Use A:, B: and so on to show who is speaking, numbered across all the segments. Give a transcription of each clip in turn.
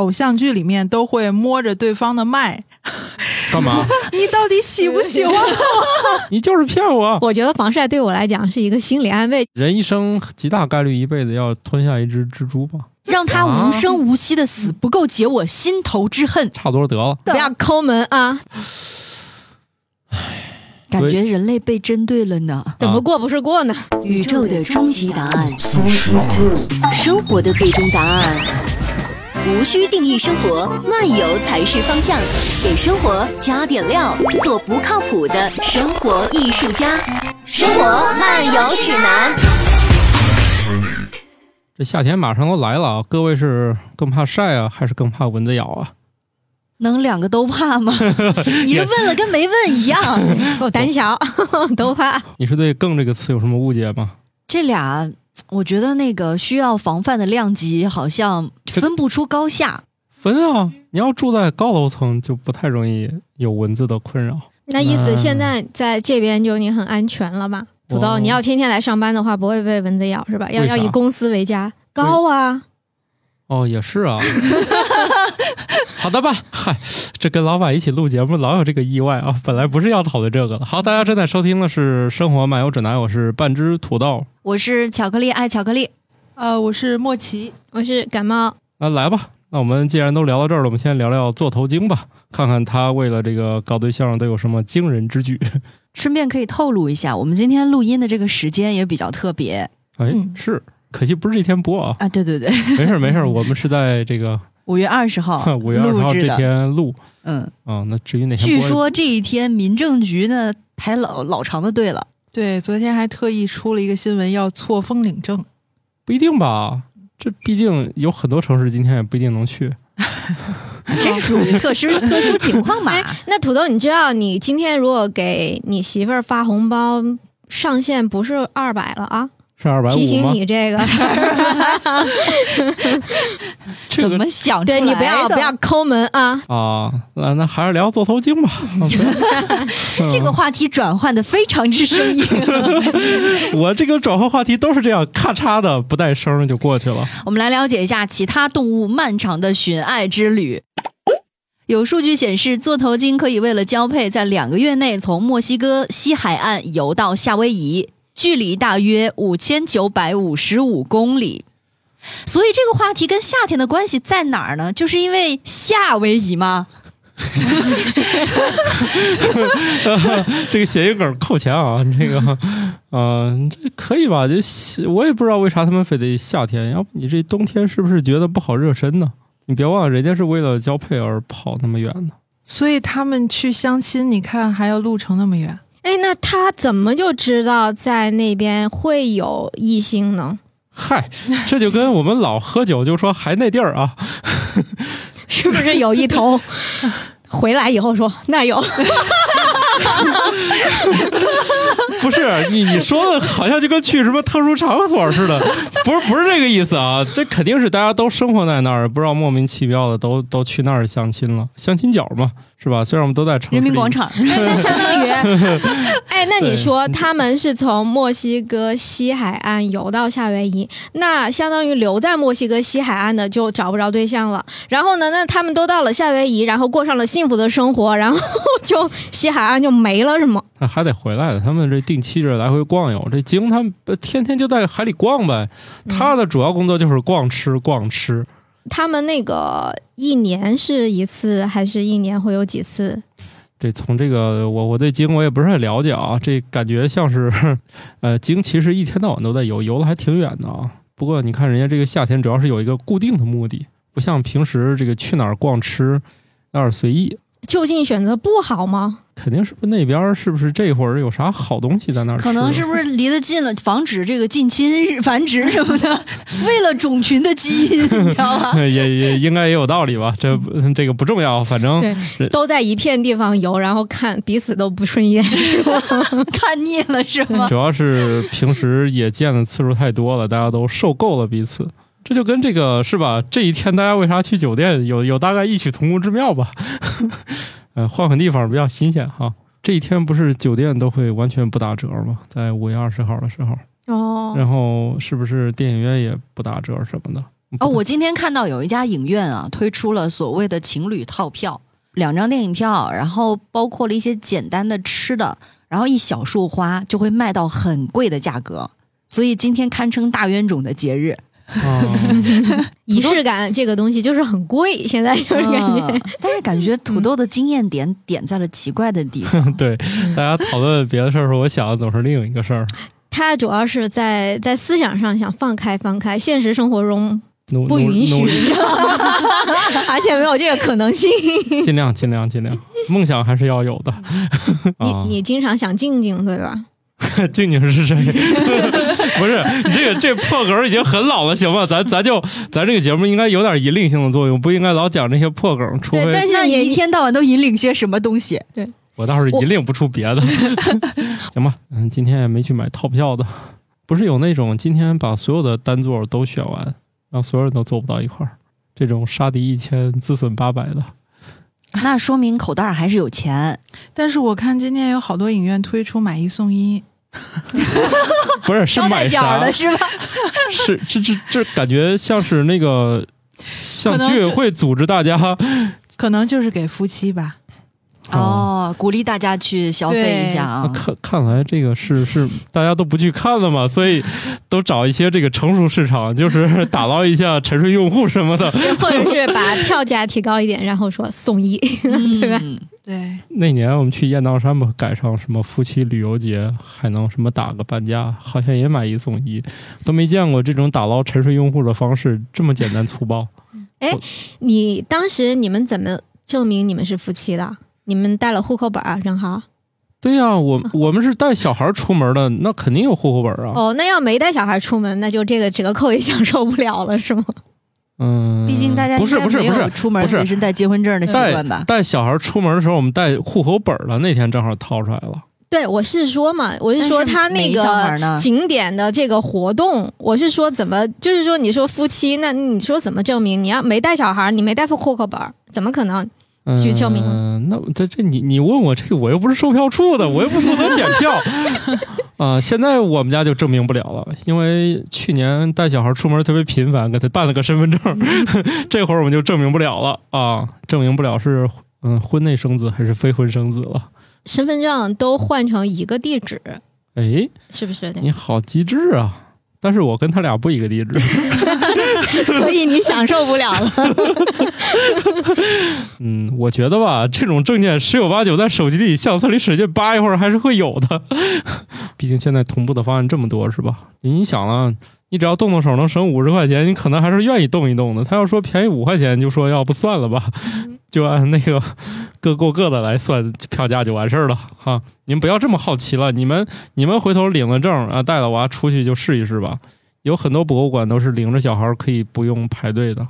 A: 偶像剧里面都会摸着对方的脉，
B: 干 嘛？
A: 你到底喜不喜欢我？
B: 你就是骗我！
C: 我觉得防晒对我来讲是一个心理安 慰，
B: 人一生极大概率一辈子要吞下一只蜘蛛吧，
D: 让他无声无息的死，不够解我心头之恨。
B: 差不多得了。
C: 不要抠门啊！
D: 感觉人类被针对了呢。
C: 怎么过不是过呢？
D: 啊
E: 宇宙的终极答案，生活的最终答案。无需定义生活，漫游才是方向。给生活加点料，做不靠谱的生活艺术家。生活漫游指南。
B: 这夏天马上都来了啊，各位是更怕晒啊，还是更怕蚊子咬啊？
D: 能两个都怕吗？ 你这问了跟没问 一样。
C: 够胆小， 都怕。
B: 你是对“更”这个词有什么误解吗？
D: 这俩，我觉得那个需要防范的量级好像分不出高下。
B: 分啊，你要住在高楼层就不太容易有蚊子的困扰。
C: 那意思
B: 嗯
C: 现在在这边就你很安全了吧？土豆，你要天天来上班的话，不会被蚊子咬是吧？要
B: 为啥
C: 要以公司为家，高啊！
B: 哦，也是啊。 好的吧，嗨，这跟老板一起录节目老有这个意外啊，本来不是要讨论这个的。好，大家正在收听的是《生活漫游指南》，我是半只土豆。
D: 我是巧克力爱巧克力，
A: 呃，我是莫奇，
C: 我是感冒，
B: 啊，来吧，那我们既然都聊到这儿了，我们先聊聊座头鲸吧，看看他为了这个搞对象都有什么惊人之举。
D: 顺便可以透露一下，我们今天录音的这个时间也比较特别，
B: 哎
A: 嗯，
B: 是，可惜不是这天播啊
D: 啊。对对对，
B: 没事儿没事儿，我们是在这个
D: 五月二十号
B: 五月二十
D: 哦录
B: 号
D: 制
B: 这
D: 的。
B: 天录
D: 嗯，
B: 啊。那至于哪天
D: 据
B: 播，
D: 说这一天民政局呢排老老长的队了。
A: 对，昨天还特意出了一个新闻，要错峰领证。
B: 不一定吧。这毕竟有很多城市今天也不一定能去，
D: 这是属于特 殊特殊情况 吧？
C: 哎，那土豆，你知道你今天如果给你媳妇儿发红包，上限不是二百了啊？
B: 是二百
C: 提
B: 五
C: 醒
B: 吗？
C: 你这 个，
B: 这
D: 怎
B: 个
D: 么想出
C: 对
D: 来的？
C: 你不要不要抠门啊！
B: 啊，那那还是聊座头鲸吧。
D: 这个话题转换的非常之生 硬。
B: 我这个转换话题都是这样，咔嚓的不带声儿就过去了。
D: 我们来了解一下其他动物漫长的寻爱之旅。有数据显示，座头鲸可以为了交配，在两个月内从墨西哥西海岸游到夏威夷，距离大约五千九百五十五公里。所以这个话题跟夏天的关系在哪儿呢？就是因为夏威夷吗？
B: 这个谐音梗扣钱啊，这个，嗯、这可以吧？这夏我也不知道为啥他们非得夏天，要不你这冬天是不是觉得不好热身呢？你别忘了，人家是为了交配而跑那么远的。
A: 所以他们去相亲，你看还要路程那么远。
C: 哎，那他怎么就知道在那边会有异性呢？
B: 嗨，这就跟我们老喝酒就说还那地儿啊，
C: 是不是有一 头回来以后说那有？
B: 不是你你说的好像就跟去什么特殊场所似的，不是不是这个意思啊，这肯定是大家都生活在那儿，不知道莫名其妙的都都去那儿相亲了，相亲角嘛，是吧？虽然我们都在城市
D: 人民
B: 里
D: 广场。
C: 哎，那相当于， 哎，那你
B: 对
C: 说他们是从墨西哥西海岸游到夏威夷，那相当于留在墨西哥西海岸的就找不着对象了。然后呢，那他们都到了夏威夷，然后过上了幸福的生活，然后 就西海岸就没了，是吗？
B: 那还得回来的。他们这定期这来回逛悠，这鲸他们呃天天就在海里逛呗。他的主要工作就是逛吃逛吃。
C: 他们那个一年是一次，还是一年会有几次？
B: 这从这个我我对鲸我也不是很了解啊，这感觉像是，呃，鲸其实一天到晚都在游，游的还挺远的啊。不过你看人家这个夏天主要是有一个固定的目的，不像平时这个去哪儿逛吃，那儿随意。
C: 就近选择不好吗？
B: 肯定是不是那边儿是不是这会儿有啥好东西在那儿吃？
D: 可能是不是离得近了，防止这个近 亲繁殖什么的，为了种群的基因，你知道 吗？
B: 也也应该也有道理吧，这这个不重要，反正
C: 对，都在一片地方游，然后看彼此都不 顺眼，是吧？
D: 看腻了是吗？
B: 主要是平时也见的次数太多了，大家都受够了彼此。这就跟这个是吧？这一天大家为啥去酒店有有大概异曲同工之妙吧？ 呃，换换地方比较新鲜哈。这一天不是酒店都会完全不打折吗？在五月二十号的时候，
C: 哦，
B: 然后是不是电影院也不打折什么的？
D: 哦，我今天看到有一家影院啊，推出了所谓的情侣套票，两张电影票，然后包括了一些简单的吃的，然后一小束花就会卖到很贵的价格，所以今天堪称大冤种的节日。
B: 嗯
C: 仪式感这个东西就是很贵，现在就是感觉、
B: 啊
D: 嗯但是感觉土豆的经验点点在了奇怪的地方。
B: 对，大家讨论别的事儿的时候，我想的总是另一个事儿，
C: 他主要是在在思想上想放开放开，现实生活中
B: 努
C: 不允许，
B: 努
C: 你
B: 努
C: 知道吗 而且没有这个可能 性。
B: 尽量尽量尽量，梦想还是要有的。
C: 你
B: 啊
C: 你经常想静静对吧？
B: 静静是谁？不是你这个这破梗儿已经很老了，行吗？咱咱就咱这个节目应该有点引领性的作用，不应该老讲这些破梗儿，除
C: 对但
B: 非
C: 是
D: 那
C: 也
D: 你一天到晚都引领些什么东西？
B: 我倒是引领不出别的。 行吧，嗯，今天也没去买套票的，不是有那种今天把所有的单座都选完，让所有人都坐不到一块儿，这种杀敌一千自损八百的。
D: 那说明口袋儿还是有钱。
A: 但是我看今天有好多影院推出买一送一，
B: 不是，是
D: 捎带
B: 买
D: 脚
B: 啥
D: 的？是吧？
B: 是这这这感觉像是那个像
A: 可能
B: 居委
A: 就
B: 会组织大家
A: 可能就是给夫妻吧。
D: 哦，鼓励大家去消费一下
B: 那
D: 啊。
B: 看看来这个 是是大家都不去看了嘛，所以都找一些这个成熟市场，就是 打捞一下沉睡用户什么的。
C: 或者是把票价提高一点，然后说送一，对吧？
D: 嗯
A: 对，
B: 那年我们去雁荡山吧，赶上什么夫妻旅游节，还能什么打个半价，好像也买一送一，都没见过这种打捞沉睡用户的方式这么简单粗暴。
C: 你当时你们怎么证明你们是夫妻的？你们带了户口本儿，任豪？
B: 对呀、 我我们是带小孩出门的，那肯定有户口本啊。
C: 哦，那要没带小孩出门，那就这个折扣也享受不了了，是吗？
B: 嗯，
D: 毕竟大家
B: 不是
D: 应该
B: 不是
D: 没
B: 不
D: 有
B: 是
D: 出门
B: 不是
D: 随身带结婚证的习
B: 带
D: 惯吧？
B: 带小孩出门的时候，我们带户口本了，那天正好掏出来了。
C: 对，我是说嘛，我是说他那
D: 但是哪个小孩
C: 个
D: 呢
C: 景点的这个活动，我是说怎么，就是说你说夫妻，那你说怎么证明？你要没带小孩，你没带户口本儿，怎么可能？去证明
B: 嗯，那这这你你问我这个，我又不是售票处的，我又不负责检票。 啊、现在我们家就证明不了了，因为去年带小孩出门特别频繁，给他办了个身份证，这会儿我 们就证明不了了啊，证明不了是嗯婚内生子还是非婚生子了。
C: 身份证都换成一个地址，
B: 哎，
C: 是不是？
B: 你好机智啊！但是我跟他俩不一个地址，
C: 所以你享受不了了。
B: 嗯，我觉得吧，这种证件十有八九在手机里、相册里使劲扒一会儿还是会有的。毕竟现在同步的方案这么多，是吧？你想啊，你只要动动手能省五十块钱，你可能还是愿意动一动的。他要说便宜五块钱，你就说要不算了吧，就按那个各过各的来算票价就完事儿了哈。你们不要这么好奇了，你们你们回头领了证啊，带了娃出去就试一试吧。有很多博物馆都是领着小孩儿可以不用排队的。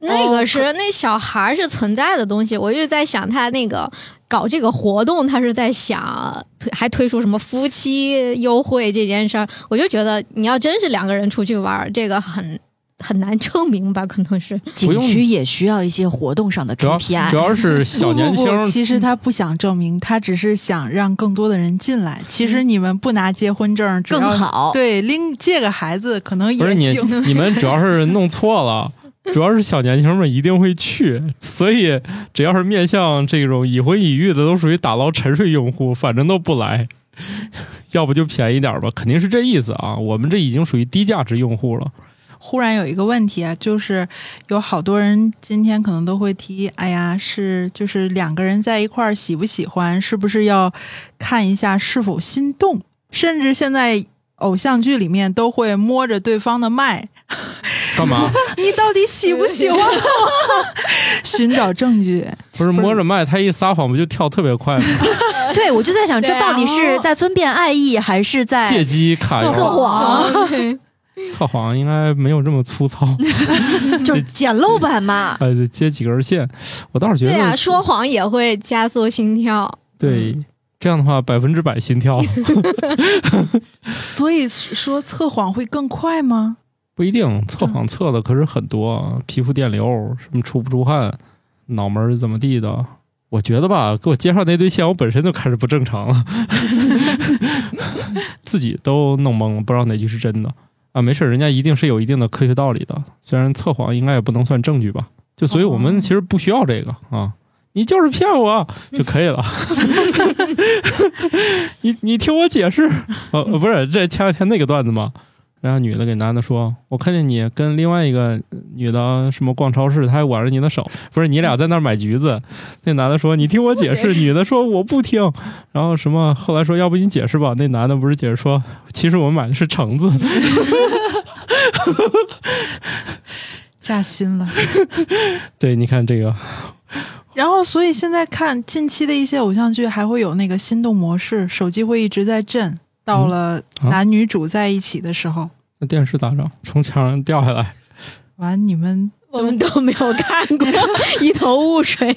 C: 那个是那小孩儿是存在的东西，我就在想他那个搞这个活动，他是在想推还推出什么夫妻优惠这件事儿，我就觉得你要真是两个人出去玩儿，这个很很难证明吧，可能是
B: 不
D: 景
B: 用
D: 区也需要一些活动上的
B: 主要
D: KPI。
B: 主要是小
A: 不不
B: 年
A: 不
B: 轻儿
A: 其实他不想证明，他只是想让更多的人进来。其实你们不拿结婚证，只要
D: 更好
A: 对，拎借个孩子可能
B: 不是
A: 也
B: 你
A: 行。
B: 你们主要是弄错了，主要是小年轻们一定会去，所以只要是面向这种已婚已育的，都属于打捞沉睡用户，反正都不来， 要不就便宜点儿吧，肯定是这意思啊。我们这已经属于低价值用户了，
A: 忽然有一个问题啊，就是有好多人今天可能都会提，哎呀，是就是两个人在一块儿喜不喜欢，是不是要看一下是否心动？甚至现在偶像剧里面都会摸着对方的脉，
B: 干 嘛？
A: 你到底喜不喜欢我？ 寻找证据。
B: 不是摸着麦，他一撒谎不就跳特别快吗？
D: 对，我就在想，
C: 对
D: 这
C: 啊
D: 到底是在分辨爱意，还是
C: 哎
B: 借
D: 在
B: 机卡油，
D: 测谎？
B: 测谎应该没有这么粗糙，
D: 就是简陋版嘛。
B: 呃，得接几根线。我倒是觉
C: 对
B: 得
C: 啊，嗯说谎也会加速心跳。
B: 对，这样的话百分之百心跳
A: 所以说测谎会更快吗？
B: 不一定，测谎测的可是很多，啊，皮肤电流，什么出不出汗，脑门儿怎么地的。我觉得吧，给我介绍那对象，我本身就开始不 正常了，自己都弄懵了，不知道哪句是真的。啊，没事儿，人家一定是有一定的科学道理的。虽然测谎应该也不能算证据吧，就所以我们其实不需要这个啊，你就是骗我就可以了。 你你听我解释， 呃、呃不是这前两天那个段子嘛，然后女的给男的说，我看见你跟另外一个女的什么逛超市，她还挽着你的手， 不是你俩在那儿买橘子，那男的说你听我解释， 女的说我不听，然后什么后来说要不你解释吧，那男的不是解释说其实我们买的是橙子。
A: 扎心了。
B: 对，你看这个，
A: 然后，所以现在看近期的一些偶像剧，还会有那个心动模式，手机会一直在震，到了
B: 啊
A: 男女主在一起的时候，
B: 那电视咋整？从墙上掉下来，
A: 完你们
C: 我们都没有看过，一头雾水。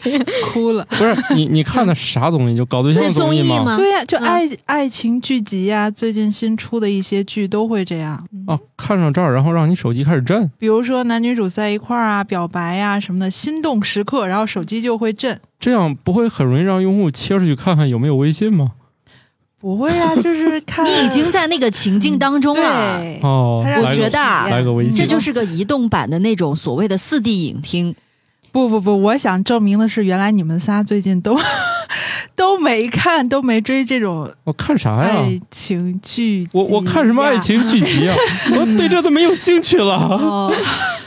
A: 哭了。
B: 不是你你看的是啥综艺？就搞对象
C: 是综
B: 艺
C: 艺
B: 吗？
C: 吗？
A: 对呀、就
C: 嗯
A: 爱、爱情剧集呀、最近新出的一些剧都会这样，
B: 啊，看上这儿，然后让你手机开始震，
A: 比如说男女主在一块儿啊、表白呀、什么的，心动时刻，然后手机就会震。
B: 这样不会很容易让用户切出去看看有没有微信吗？
A: 不会啊，就是看
D: 你已经在那个情境当中了。
A: 对，
B: 哦，
A: 他让
B: 来
D: 我
A: 你
B: 个
D: 觉得啊
A: 体验
B: 来个微信
D: 这就是个移动版的那种所谓的四 D 影厅，
A: 不不不，我想证明的是，原来你们仨最近都 都没看，都没追这种
B: 我看啥哎呀？
A: 爱情剧集
B: 我我看什么爱
A: 呀？
B: 情剧 集啊？我对这都没有兴趣了。
C: 哦，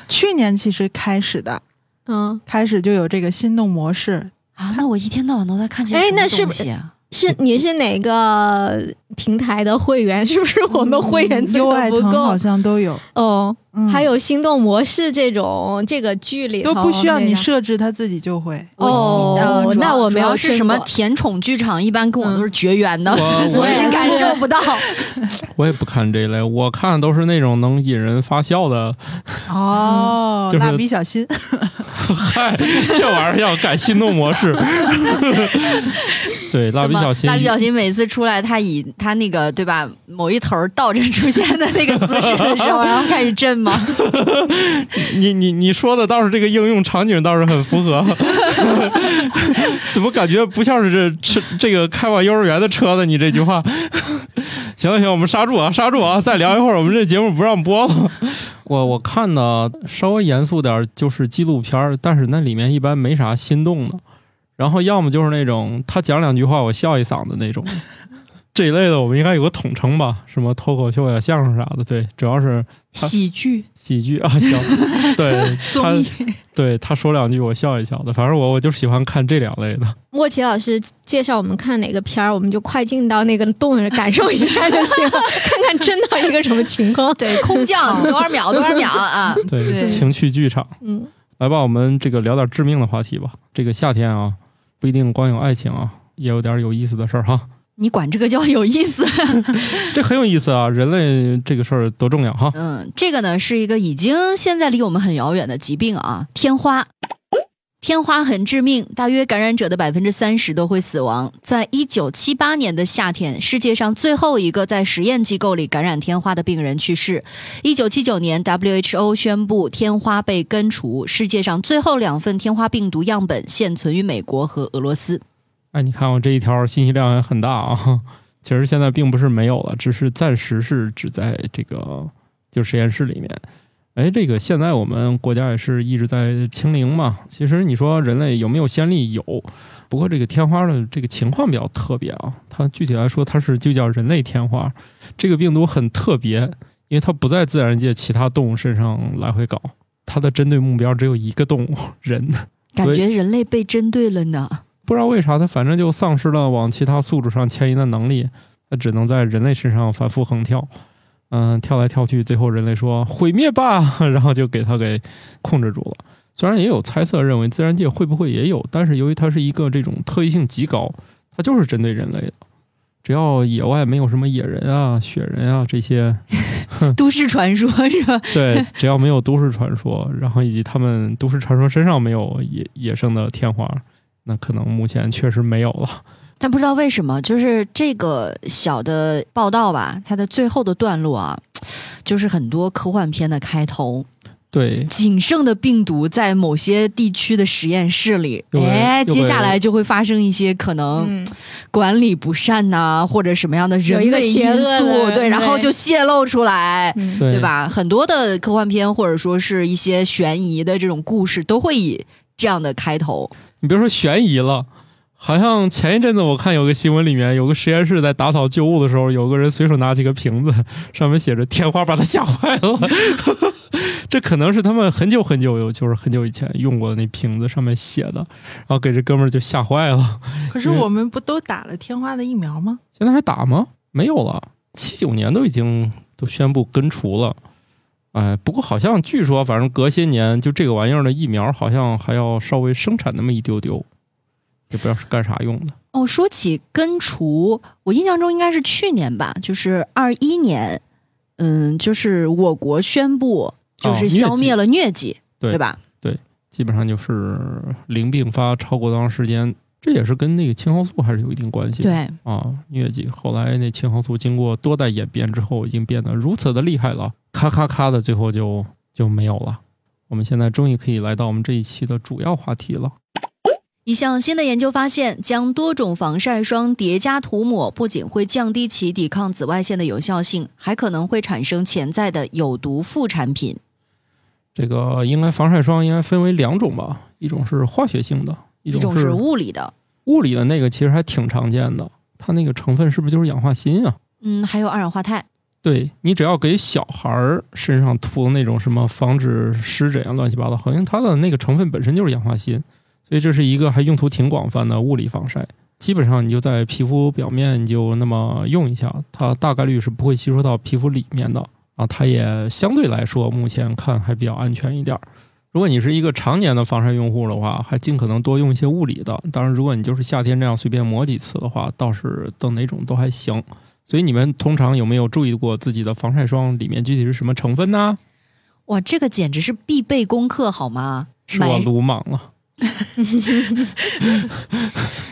A: 去年其实开始的，
C: 嗯，
A: 开始就有这个心动模式，
D: 啊，那我一天到晚都在看些
C: 哎
D: 什么
C: 那是
D: 东
C: 不
D: 西啊？
C: 是你是哪个平台的会员？是不是我们会员资
A: 优
C: 格
A: 嗯爱
C: 不
A: 腾
C: 够
A: 哎好？像都有，
C: 哦，
A: 嗯，
C: 还有心动模式这种这个剧里头
A: 都不需要你
C: 那个
A: 设置，它自己就会。
C: 哦
D: 呃主要
C: 那我
D: 主
C: 没有
D: 要是
C: 申
D: 什么
C: 过
D: 甜宠剧场，一般跟我
C: 嗯
D: 都是绝缘的，
B: 我
D: 所
B: 我也
D: 以
C: 也
D: 感
C: 是
D: 受 不到。
B: 我也不看这类，我看都是那种能引人发笑 的。
A: 哦，
B: 就是
A: 蜡笔小新，
B: 嗨，这玩意儿要改心动模式。 对，蜡
D: 怎
B: 笔
D: 么
B: 小新，
D: 蜡笔小新每次出来，他以他那个对吧，某一头儿倒着出现的那个姿势的时候，然后开始震吗？
B: 你你你说的倒是这个应用场景倒是很符合， 怎么感觉不像是这车这个开往幼儿园的车呢？你这句话，行了行了，我们刹住啊，刹住啊，再聊一会儿，我们这节目不让播了。我我看的稍微严肃点儿就是纪录片儿，但是那里面一般没啥心动的，然后要么就是那种他讲两句话我笑一嗓子那种。 这一类的我们应该有个统称吧，什么脱口秀呀、相声啥的，对，主要是
D: 喜剧
B: 喜剧啊， 行，对
A: 综艺
B: 他，对他说两句我笑一笑的，反正我我就喜欢看这两类的。
C: 莫奇老师介绍我们看哪个片儿，我们就快进到那个动感受一下就行了，看看真到一个什么情况。
D: 对空降多少秒多少 秒啊？
B: 对，
A: 对
B: 情趣剧场，
C: 嗯，
B: 来吧，我们这个聊点致命的话题吧。这个夏天啊，不一定光有爱情啊，也有点有意思的事儿哈。
D: 你管这个叫有意思？
B: 这很有意思啊，人类这个事儿多重要哈。
D: 嗯，这个呢是一个已经现在离我们很遥远的疾病啊，天花。天花很致命，大约感染者的百分之三十都会死亡。在一九七八年的夏天，世界上最后一个在实验机构里感染天花的病人去世。一九七九年，WHO 宣布天花被根除。世界上最后两份天花病毒样本现存于美国和俄罗斯。
B: 哎，你看我这一条信息量也很大啊。其实现在并不是没有了，只是暂时是只在这个就实验室里面。哎，这个现在我们国家也是一直在清零嘛。其实你说人类有没有先例有，不过这个天花的这个情况比较特别啊。它具体来说，它是就叫人类天花。这个病毒很特别，因为它不在自然界其他动物身上来回搞，它的针对目标只有一个动物人。
D: 感觉人类被针对了呢。
B: 不知道为啥，它反正就丧失了往其他宿主上迁移的能力，它只能在人类身上反复横跳，嗯、跳来跳去，最后人类说毁灭吧， 然后就给它给控制住了。虽然也有猜测认为自然界会不会也有，但是由于它是一个这种特异性极高，它就是针对人类的。只要野外没有什么野人啊、雪人啊这些，
D: 都市传说是吧？
B: 对，只要没有都市传说，然后以及他们都市传说身上没有野野生的天花，那可能目前确实没有了。
D: 但不知道为什么，就是这个小的报道吧，它的最后的段落啊，就是很多科幻片的开头。
B: 对，
D: 仅剩的病毒在某些地区的实验室里，
B: 又被
D: 哎，
B: 又被
D: 接下来就会发生一些可能
C: 嗯，
D: 管理不善呐、或者什么样的
C: 有
D: 人
C: 一个
D: 为
C: 邪
D: 因
C: 恶的
D: 素，对，
C: 对
D: 然后就泄露出来，
C: 嗯
B: 对
D: 对？吧？很多的科幻片或者说是一些悬疑的这种故事，都会以这样的开头。
B: 你别说悬疑了，好像前一阵子我看有个新闻，里面有个实验室在打扫旧物的时候，有个人随手拿起个瓶子，上面写着“天花”，把他吓坏了。 这可能是他们很久很久有，就是很久以前用过的那瓶子上面写的，然后给这哥们儿就吓坏了。
A: 可是
B: 因为
A: 我们不都打了天花的疫苗吗？
B: 现在还打吗？没有了，七九年都已经都宣布根除了。哎，不过好像据说，反正隔些年就这个玩意儿的疫苗，好像还要稍微生产那么一丢丢，也不知道是干啥用的。
D: 哦，说起根除，我印象中应该是去年吧，就是二一年，嗯，就是我国宣布就
B: 哦
D: 是
B: 疟
D: 消
B: 疾
D: 灭了疟疾，
B: 对
D: 对吧？
B: 基本上就是零病发超过多长时间，这也是跟那个青蒿素还是有一定关系的。
D: 对，
B: 啊，疟疾后来那青蒿素经过多代演变之后，已经变得如此的厉害了，咔咔咔的，最后就就没有了。我们现在终于可以来到我们这一期的主要话题了。
D: 一项新的研究发现，将多种防晒霜叠加涂抹，不仅会降低其抵抗紫外线的有效性，还可能会产生潜在的有毒副产品。
B: 这个应该防晒霜应该分为两种吧，一种是化学性的，一
D: 一种
B: 是
D: 是物理的，
B: 物理的那个，其实还挺常见的。它那个成分是不是就是氧化锌啊？
D: 嗯，还有二氧化钛。
B: 对你只要给小孩儿身上涂那种什么防止湿疹啊，乱七八糟，好像它的那个成分本身就是氧化锌，所以这是一个还用途挺广泛的物理防晒。基本上你就在皮肤表面你就那么用一下，它大概率是不会吸收到皮肤里面的啊。它也相对来说目前看还比较安全一点儿。如果你是一个常年的防晒用户的话，还尽可能多用一些物理的。当然，如果你就是夏天这样随便抹几次的话，倒是等哪种都还行。所以你们通常有没有注意过自己的防晒霜里面具体是什么成分呢？
D: 哇，这个简直是必备功课，好吗？
B: 是我
D: 买
B: 鲁莽了，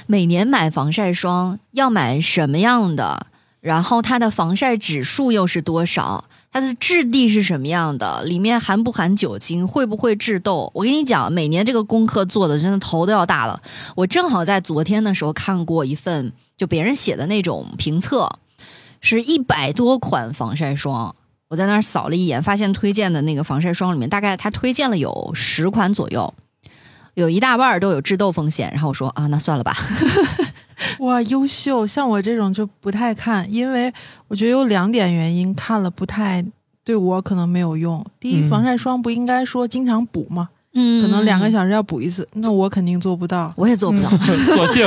D: 每年买防晒霜要买什么样的，然后它的防晒指数又是多少，它的质地是什么样的，里面含不含酒精，会不会致痘。我跟你讲，每年这个功课做的真的头都要大了。我正好在昨天的时候看过一份就别人写的那种评测，是一百多款防晒霜。我在那儿扫了一眼，发现推荐的那个防晒霜里面，大概它推荐了有十款左右，有一大半儿都有致痘风险。然后我说啊，那算了吧，
A: 哇，优秀！像我这种就不太看，因为我觉得有两点原因，看了不太对我可能没有用。第一，
B: 嗯
A: 防晒霜不应该说经常补吗？
D: 嗯，
A: 可能两个
D: 时，
A: 小时要补一次，那我肯定做不到。
D: 嗯我也做不到。
B: 索性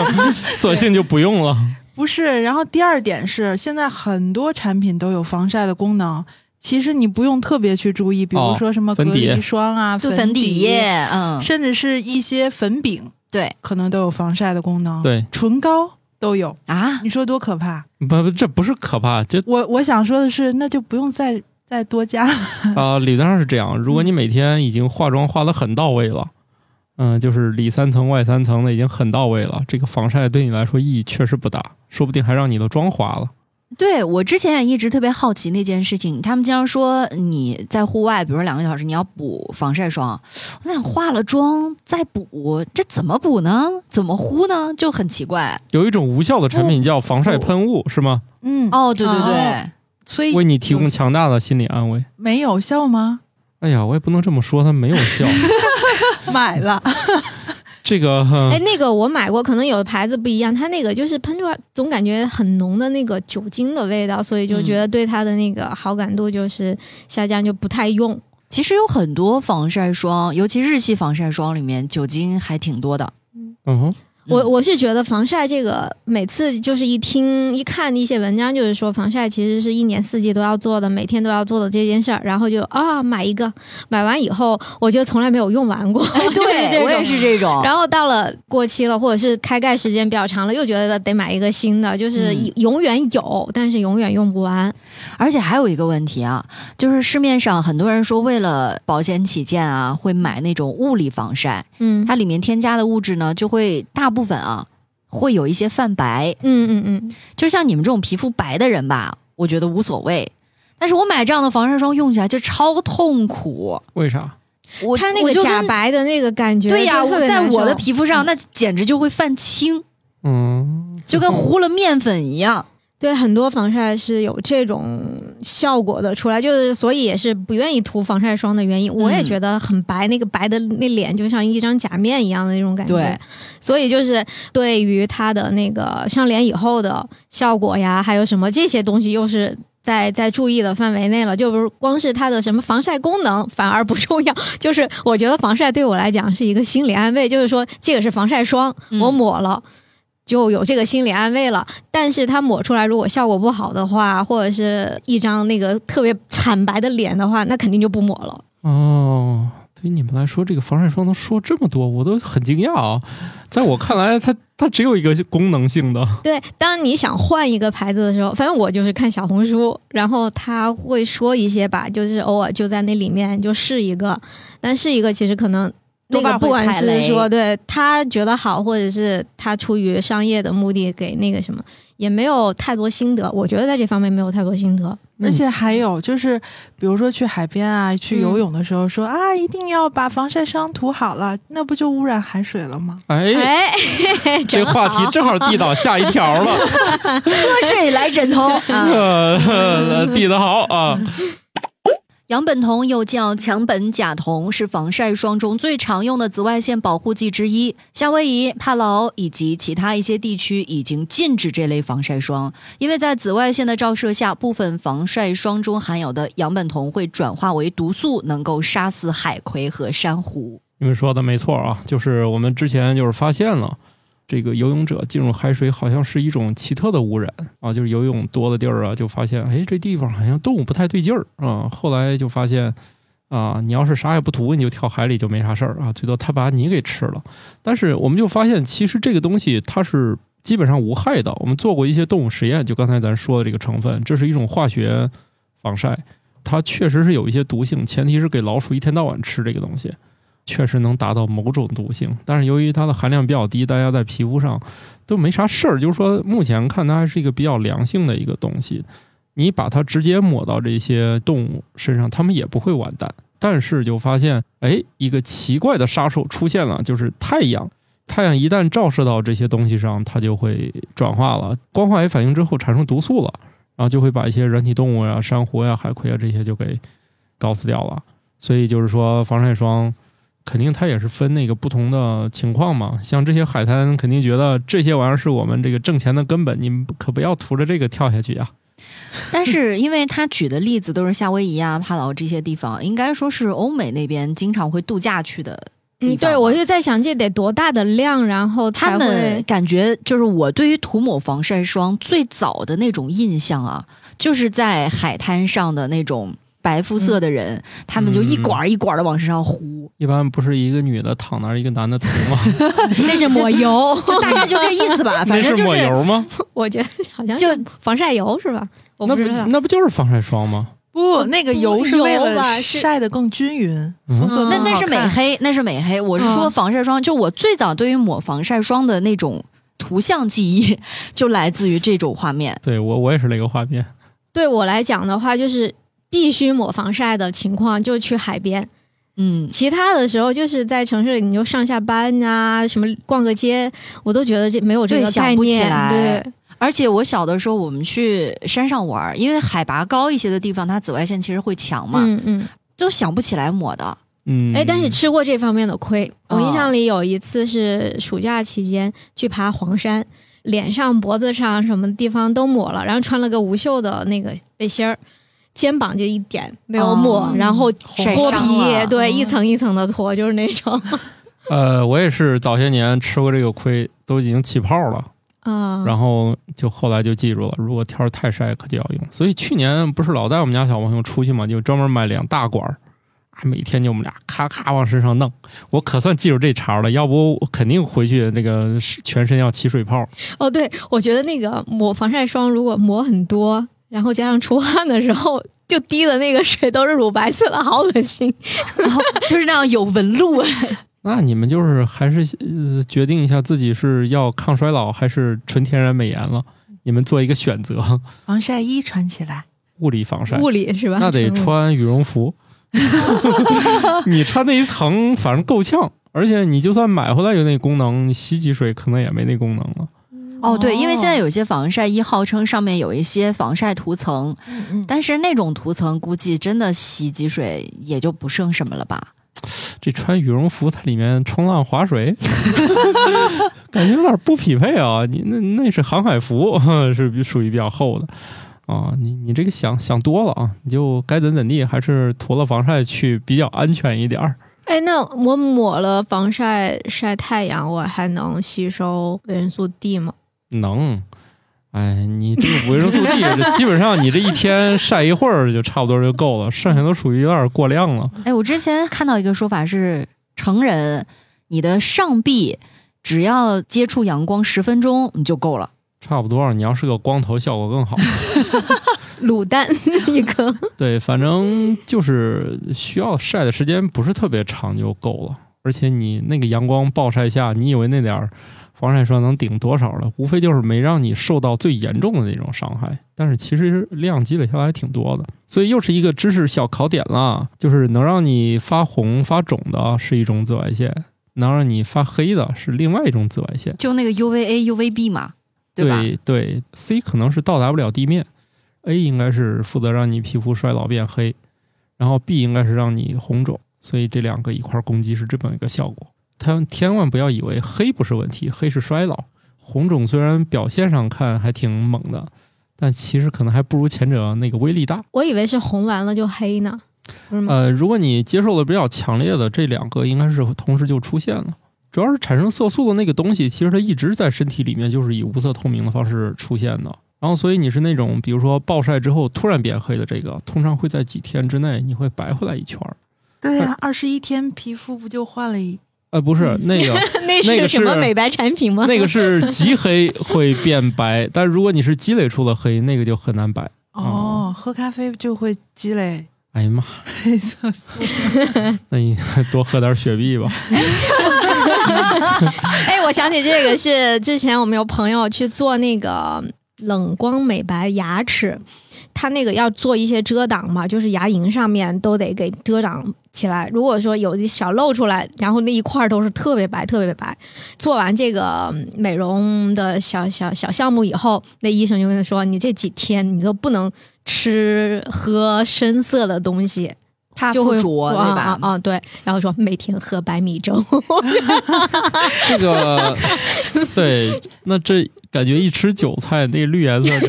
B: 索性就不用了。
A: 不是，然后第二点是，现在很多产品都有防晒的功能，其实你不用特别去注意，比
B: 哦
A: 如说什么隔
B: 粉底
A: 离霜啊、
D: 对
A: 粉
D: 粉底液，，嗯，
A: 甚至是一些粉饼，
D: 对
A: 可能都有防晒的功能。，
B: 对，
A: 唇膏都有，
D: 啊，
A: 你说多可怕？
B: 不，不这不是可怕，就
A: 我我想说的是，那就不用再再多加了。
B: 啊、理论上是这样。如果你每天已经化妆化得很到位了，嗯、就是里三层外三层的已经很到位了，这个防晒对你来说意义确实不大，说不定还让你的妆花了。
D: 对我之前也一直特别好奇那件事情，他们经常说你在户外，比如说两个小时，你要补防晒霜。我在想化了妆再补，这怎么补呢？怎么呼呢？就很奇怪。
B: 有一种无效的产品叫防晒喷雾，是吗？
A: 嗯，
D: 哦，对对对，
A: 所以
B: 为你提供强大的心理安慰。
A: 没有效吗？
B: 哎呀，我也不能这么说，它没有效。
A: 买了，
B: 这个，呃
C: 哎，那个我买过，可能有的牌子不一样，它那个就是喷出来总感觉很浓的那个酒精的味道，所以就觉得对它的那个好感度就是下降，就不太用。
D: 其实有很多防晒霜，尤其日系防晒霜里面酒精还挺多的。
B: 嗯哼。
C: 我
D: 嗯
C: 我是觉得防晒这个，每次就是一听一看一些文章，就是说防晒其实是一年四季都要做的，每天都要做的这件事儿，然后就啊买一个，买完以后我就从来没有用完 过，
D: 哎，
C: 就是这
D: 对
C: 种
D: 我也是这种。
C: 然后到了过期了，或者是开盖时间比较长了，又觉得得买一个新的，就是
D: 嗯
C: 永远有，但是永远用不完。
D: 而且还有一个问题啊，就是市面上很多人说为了保险起见啊，会买那种物理防晒，
C: 嗯，
D: 它里面添加的物质呢，就会大部分啊会有一些泛白。
C: 嗯嗯嗯，
D: 就像你们这种皮肤白的人吧，我觉得无所谓。但是我买这样的防晒霜用起来就超痛苦，
B: 为啥？
D: 我
C: 它那
D: 我
C: 个
D: 就
C: 假
D: 跟
C: 白的那个感觉，
D: 对呀、
C: 就特别
D: 在
C: 难
D: 我的
C: 受嗯
D: 皮肤上那简直就会泛青，
B: 嗯，
D: 就跟糊了面粉一样。
C: 对很多防晒是有这种效果的出来，就是所以也是不愿意涂防晒霜的原因。我也觉得很白，那个白的那脸就像一张假面一样的那种感觉。
D: 对，
C: 所以就是对于它的那个上脸以后的效果呀，还有什么这些东西，又是。在在注意的范围内了，就不是光是它的什么防晒功能反而不重要， 就是我觉得防晒对我来讲是一个心理安慰，就是说这个是防晒霜，
D: 嗯
C: 我抹了。就有这个心理安慰了，但是它抹出来如果效果不好的话，或者是一张那个特别惨白的脸的话，那肯定就不抹了。
B: 哦，对于你们来说，这个防晒霜能说这么多，我都很惊讶啊！在我看来，它它只有一个功能性的，
C: 对，当你想换一个牌子的时候，反正我就是看小红书，然后他会说一些吧，就是偶尔就在那里面就试一个，但试一个其实可能那
D: 多半
C: 个不
D: 会
C: 管
D: 踩
C: 是
D: 雷
C: 说对他觉得好，或者是他出于商业的目的给那个什么，也没有太多心得。我觉得在这方面没有太多心得。
A: 而且还有就是，比如说去海边啊，去游
C: 嗯
A: 泳的时候说、啊，一定要把防晒霜涂好了，那不就污染海水了吗？
B: 哎，
C: 哎，
B: 这话题正好递到下一条 了，
D: 喝水来枕 头啊！
B: 呃，递得好啊！
D: 杨本酮又叫强苯甲酮，是防晒霜中最常用的紫外线保护剂之一。夏威夷、帕劳以及其他一些地区已经禁止这类防晒霜，因为在紫外线的照射下，部分防晒霜中含有的杨苯酮会转化为毒素，能够杀死海葵和珊瑚。
B: 你们说的没错啊，就是我们之前就是发现了，这个游泳者进入海水好像是一种奇特的污染啊，就是游泳多的地儿啊，就发现哎这地方好像动物不太对劲儿啊，后来就发现啊，你要是啥也不涂，你就跳海里就没啥事儿啊，最多它把你给吃了。但是我们就发现，其实这个东西它是基本上无害的。我们做过一些动物实验，就刚才咱说的这个成分，这是一种化学防晒，它确实是有一些毒性，前提是给老鼠一天到晚吃这个东西。确实能达到某种毒性，但是由于它的含量比较低，大家在皮肤上都没啥事儿。就是说，目前看它还是一个比较良性的一个东西。你把它直接抹到这些动物身上，它们也不会完蛋。但是就发现，哎，一个奇怪的杀手出现了，就是太阳。太阳一旦照射到这些东西上，它就会转化了，光化学反应之后产生毒素了，然后就会把一些软体动物呀、珊瑚呀、海葵啊这些就给搞死掉了。所以就是说，防晒霜肯定它也是分那个不同的情况嘛。像这些海滩，肯定觉得这些玩意儿是我们这个挣钱的根本，你们可不要图着这个跳下去啊。
D: 但是，因为他举的例子都是夏威夷啊、帕劳这些地方，应该说是欧美那边经常会度假去的
C: 嗯，
D: 地方
C: 对，
D: 吧
C: 我就在想这得多大的量，然后才
D: 他们
C: 会
D: 感觉就是我对于涂抹防晒霜最早的那种印象啊，就是在海滩上的那种白肤色的人，他们就一管儿一管的往身上糊，
B: 一般不是一个女的躺那儿，一个男的涂 吗？
C: 那是抹油，
D: 就大概就这意思吧。
B: 嗯那
D: 反正
B: 是
D: 就
B: 抹
D: 是
B: 油吗？
C: 我觉得好像
D: 就是
C: 防晒油是吧？我
B: 那
C: 不知道，
B: 那不就是防晒霜吗？
A: 哦不，那个
C: 不
A: 油是
C: 油
A: 为了
C: 吧是
A: 晒得更均匀，
B: 嗯
A: 肤色
D: 那
A: 更
D: 那
A: 好
D: 是美
A: 看
D: 黑，那是美黑。我是说
C: 嗯
D: 防晒霜，就我最早对于抹防晒霜的那种图像记忆， 就来自于这种画面。
B: 对我我也是那个画面。
C: 对我来讲的话，就是必须抹防晒的情况就去海边，
D: 嗯，
C: 其他的时候就是在城市里，你就上下班啊，什么逛个街，我都觉得这没有这
D: 对
C: 个
D: 想
C: 概
D: 不起
C: 念
D: 来，
C: 对，
D: 而且我小的时候，我们去山上玩儿，因为海拔高一些的地方，它紫外线其实会强嘛，
C: 嗯嗯。
D: 都想不起来抹的。
B: 嗯，
C: 哎，但是吃过这方面的亏。我
D: 哦
C: 印象里有一次是暑假期间去爬黄山，脸上、脖子上什么地方都抹了，然后穿了个无袖的那个背心儿，肩膀就一点没有抹，
D: 哦
C: 然后
D: 晒
C: 脱
D: 伤了嗯
C: 皮，对，一层一层的脱，就是那种
B: 呃，我也是早些年吃过这个亏，都已经起泡了。
C: 啊。
B: 然后就后来就记住了，如果天儿太晒，可就要用。所以去年不是老带我们家小朋友出去嘛，就专门买两大管儿，啊每天就我们俩咔咔往身上弄。我可算记住这茬儿了，要不我肯定回去那个是全身要起水泡。
C: 哦，对，我觉得那个抹防晒霜如果抹很多，然后加上出汗的时候。就滴的那个水都是乳白色的，好恶心！
D: 就是那样有纹路。啊
B: 那你们就是还是、呃决定一下自己是要抗衰老还是纯天然美颜了，你们做一个选择。
A: 防晒衣穿起来。
B: 物理防晒，
C: 物理是吧？嗯
B: 那得穿羽绒服。你穿那一层，反正够呛。而且你就算买回来有那功能，你洗几水可能也没那功能了。
D: 哦，对，因为现在有些防晒衣号称上面有一些防晒涂层，
C: 嗯
D: 但是那种涂层估计真的洗几水也就不剩什么了吧？
B: 这穿羽绒服，它里面冲浪、划水， 感觉有点不匹配啊！你那那是航海服，是属于比较厚的啊。你你这个想想多了啊，你就该怎怎地，还是涂了防晒去比较安全一点儿。
C: 哎，那我抹了防晒晒太阳，我还能吸收维生素 D 吗？
B: 能，哎，你这个维生素 D，这 基本上你这一天晒一会儿就差不多就够了，剩下都属于有点过量了。
C: 嗯
D: 哎，我之前看到一个说法是，成人你的上臂只要接触阳光十分钟你就够了。
B: 差不多，你要是个光头，效果更好。
C: 卤 蛋一个，
B: 对，反正就是需要晒的时间不是特别长就够了，而且你那个阳光暴晒下，你以为那点儿防晒霜能顶多少了？无非就是没让你受到最严重的那种伤害，但是其实量积累下来还挺多的，所以又是一个知识小考点啦。就是能让你发红发肿的是一种紫外线，能让你发黑的是另外一种紫外线。
D: 就那个 UVA、UVB 嘛，对吧？
B: 对对，C 可能是到达不了地面，A 应该是负责让你皮肤衰老变黑，然后 B 应该是让你红肿，所以这两个一块儿攻击是这么一个效果。他们千万不要以为黑不是问题，黑是衰老，红肿虽然表现上看还挺猛的，但其实可能还不如前者那个威力大。
C: 我以为是红完了就黑呢，不是吗？
B: 呃，如果你接受的比较强烈的，这两个应该是同时就出现了。主要是产生色素的那个东西，其实它一直在身体里面就是以无色透明的方式出现的。然后，所以你是那种比如说暴晒之后突然变黑的，这个通常会在几天之内你会白回来一圈儿。
A: 对啊呀、二十一天皮肤不就换了一？
B: 呃，不是那 个，
C: 那
B: 那
C: 是
B: 个
C: 什么
B: 是
C: 美白产品吗？
B: 那个是极黑会变白，但如果你是积累出了黑，那个就很难白。
A: 哦，喝咖啡就会积累
B: 哎呀妈，
A: 黑色素。
B: 那你 多喝点雪 碧吧。
C: 哎，我想起这个是之前我们有朋友去做那个冷光美白牙齿，他那个要做一些遮挡嘛，就是牙龈上面都得给遮挡起来。如果说有一小露出来，然后那一块儿都是特别白、特别白。做完这个美容的小小小项目以后，那医生就跟他说：“你这几天你都不能吃喝深色的东西。”
D: 怕
C: 就
D: 附
C: 会
D: 着，
C: 啊
D: 对吧
C: 啊？啊，对，然后说每天喝白米粥，
B: 这个对，那这感觉一吃韭菜，那绿颜色就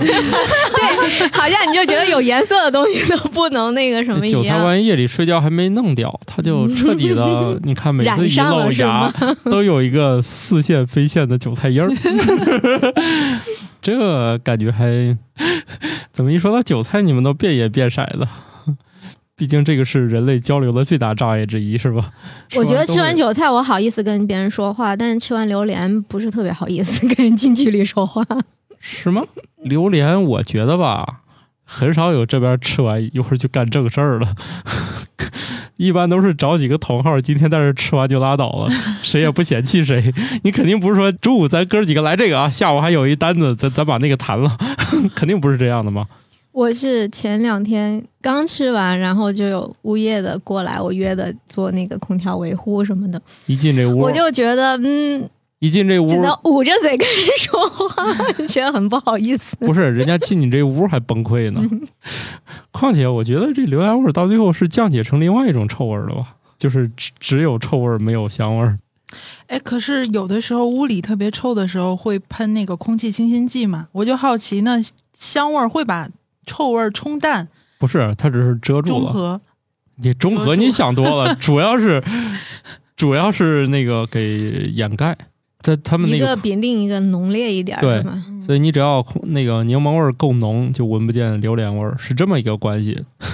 C: 好像你就觉得有颜色的东西都不能那个什么
B: 那
C: 一
B: 韭菜
C: 样。
B: 万一夜里睡觉还没弄掉，它 就彻底的，你看每次
C: 染
B: 一
C: 上了
B: 露
C: 是
B: 牙
C: 吗，
B: 都有一个似线非线的韭菜叶儿， 这感觉还怎么一说到韭菜，你们都变也变色了。 毕竟这个是人类交流的最大障碍之一，是吧？
C: 我觉得
B: 都
C: 吃完
B: 会
C: 韭菜，我好意思跟别人说话，但是吃完榴莲不是特别好意思跟人近距离说 话。
B: 是吗？榴莲，我觉得吧，很少有这边吃完一会儿就干正事儿了， 一般都是找几个同号，今天在这儿吃完就拉倒 了，谁也不嫌弃谁。你肯定不是说中午咱哥几个来这个啊，下午还有一单子，咱咱把那个谈了， 肯定不是这样的嘛。
C: 我是前两天刚吃完，然后就有物业的过来，我约的做那个空调维护什么的，
B: 一进这屋
C: 我，就觉得嗯，
B: 一进这
C: 只
B: 屋，
C: 能捂着嘴跟人说话， 觉得很不好意思。
B: 不是人家进你这屋还崩溃 呢。况且我觉得这榴莲味儿到最后是降解成另外一种臭味儿了吧，就是只只有臭味儿没有香味儿。
A: 哎，可是有的时候屋里特别臭的时候，会喷那个空气清新剂嘛？我就好奇，那香味儿会把臭味儿冲淡、
B: 不是，它只是遮住
A: 中
B: 了。
A: 和？
B: 你中和
A: 合住
B: 你想多了，主要是主要是那个给掩盖，他他们那
C: 一
B: 个，
C: 个比另一个浓烈一点，
B: 对
C: 是吗？
B: 所以你只要那个柠檬味儿够浓，就闻不见榴莲味儿，是这么一个关系。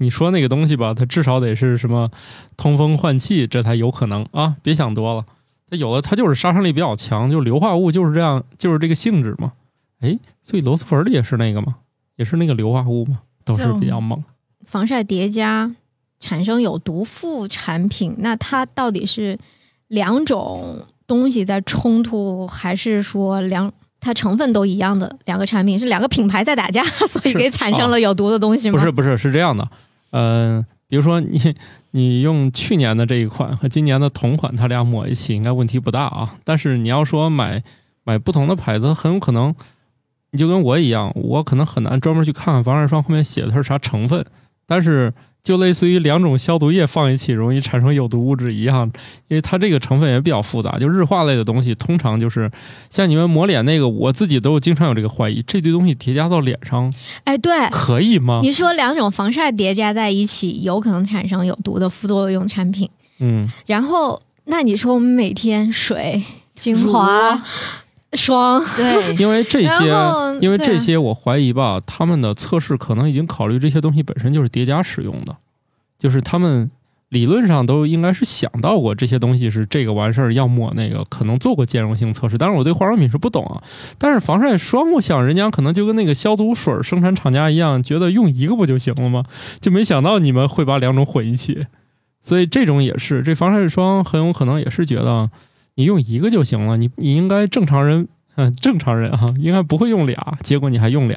B: 你说那个东西吧，它至少得是什么通风换气，这才有可能啊！别想多了，它有的它就是杀伤力比较强，就硫化物就是这样，就是这个性质嘛。哎，所以螺蛳粉儿里也是那个嘛，也是那个硫化物嘛，都是比较猛。
C: 防晒叠加产生有毒副产品，那它到底是两种东西在冲突，还是说两它成分都一样的两个产品是两个品牌在打架，所以
B: 是
D: 啊
C: 给产生了有毒的东西吗？
B: 不是不是，是这样的，嗯、比如说你你用去年的这一款和今年的同款，它俩抹一起应该问题不大啊。但是你要说买买不同的牌子，很有可能你就跟我一样，我可能很难专门去看看防晒霜后面写的是啥成分。但是就类似于两种消毒液放一起容易产生有毒物质一样，因为它这个成分也比较复杂。就日化类的东西，通常就是像你们抹脸那个，我自己都有经常有这个怀疑，这堆东西叠加到脸上
C: 哎，
D: 啊
C: 对，
B: 可以吗？
C: 你说两种防晒叠加在一起，有可能产生有毒的副作用产品。
B: 嗯，
C: 然后，那你说我们每天水、精华、霜，
D: 对，
B: 因为这些
C: 然后，
B: 因为
C: 对啊
B: 这些，我怀疑吧，他们的测试可能已经考虑这些东西本身就是叠加使用的，就是他们理论上都应该是想到过这些东西是这个完事儿要抹那个，可能做过兼容性测试。但是我对化妆品是不懂啊，但是防晒霜，我想人家可能就跟那个消毒水儿生产厂家一样，觉得用一个不就行了吗？就没想到你们会把两种混一起，所以这种也是，这防晒霜很有可能也是觉得你用一个就行了，你你应该正常人，嗯，正常人啊，应该不会用俩，结果你还用俩，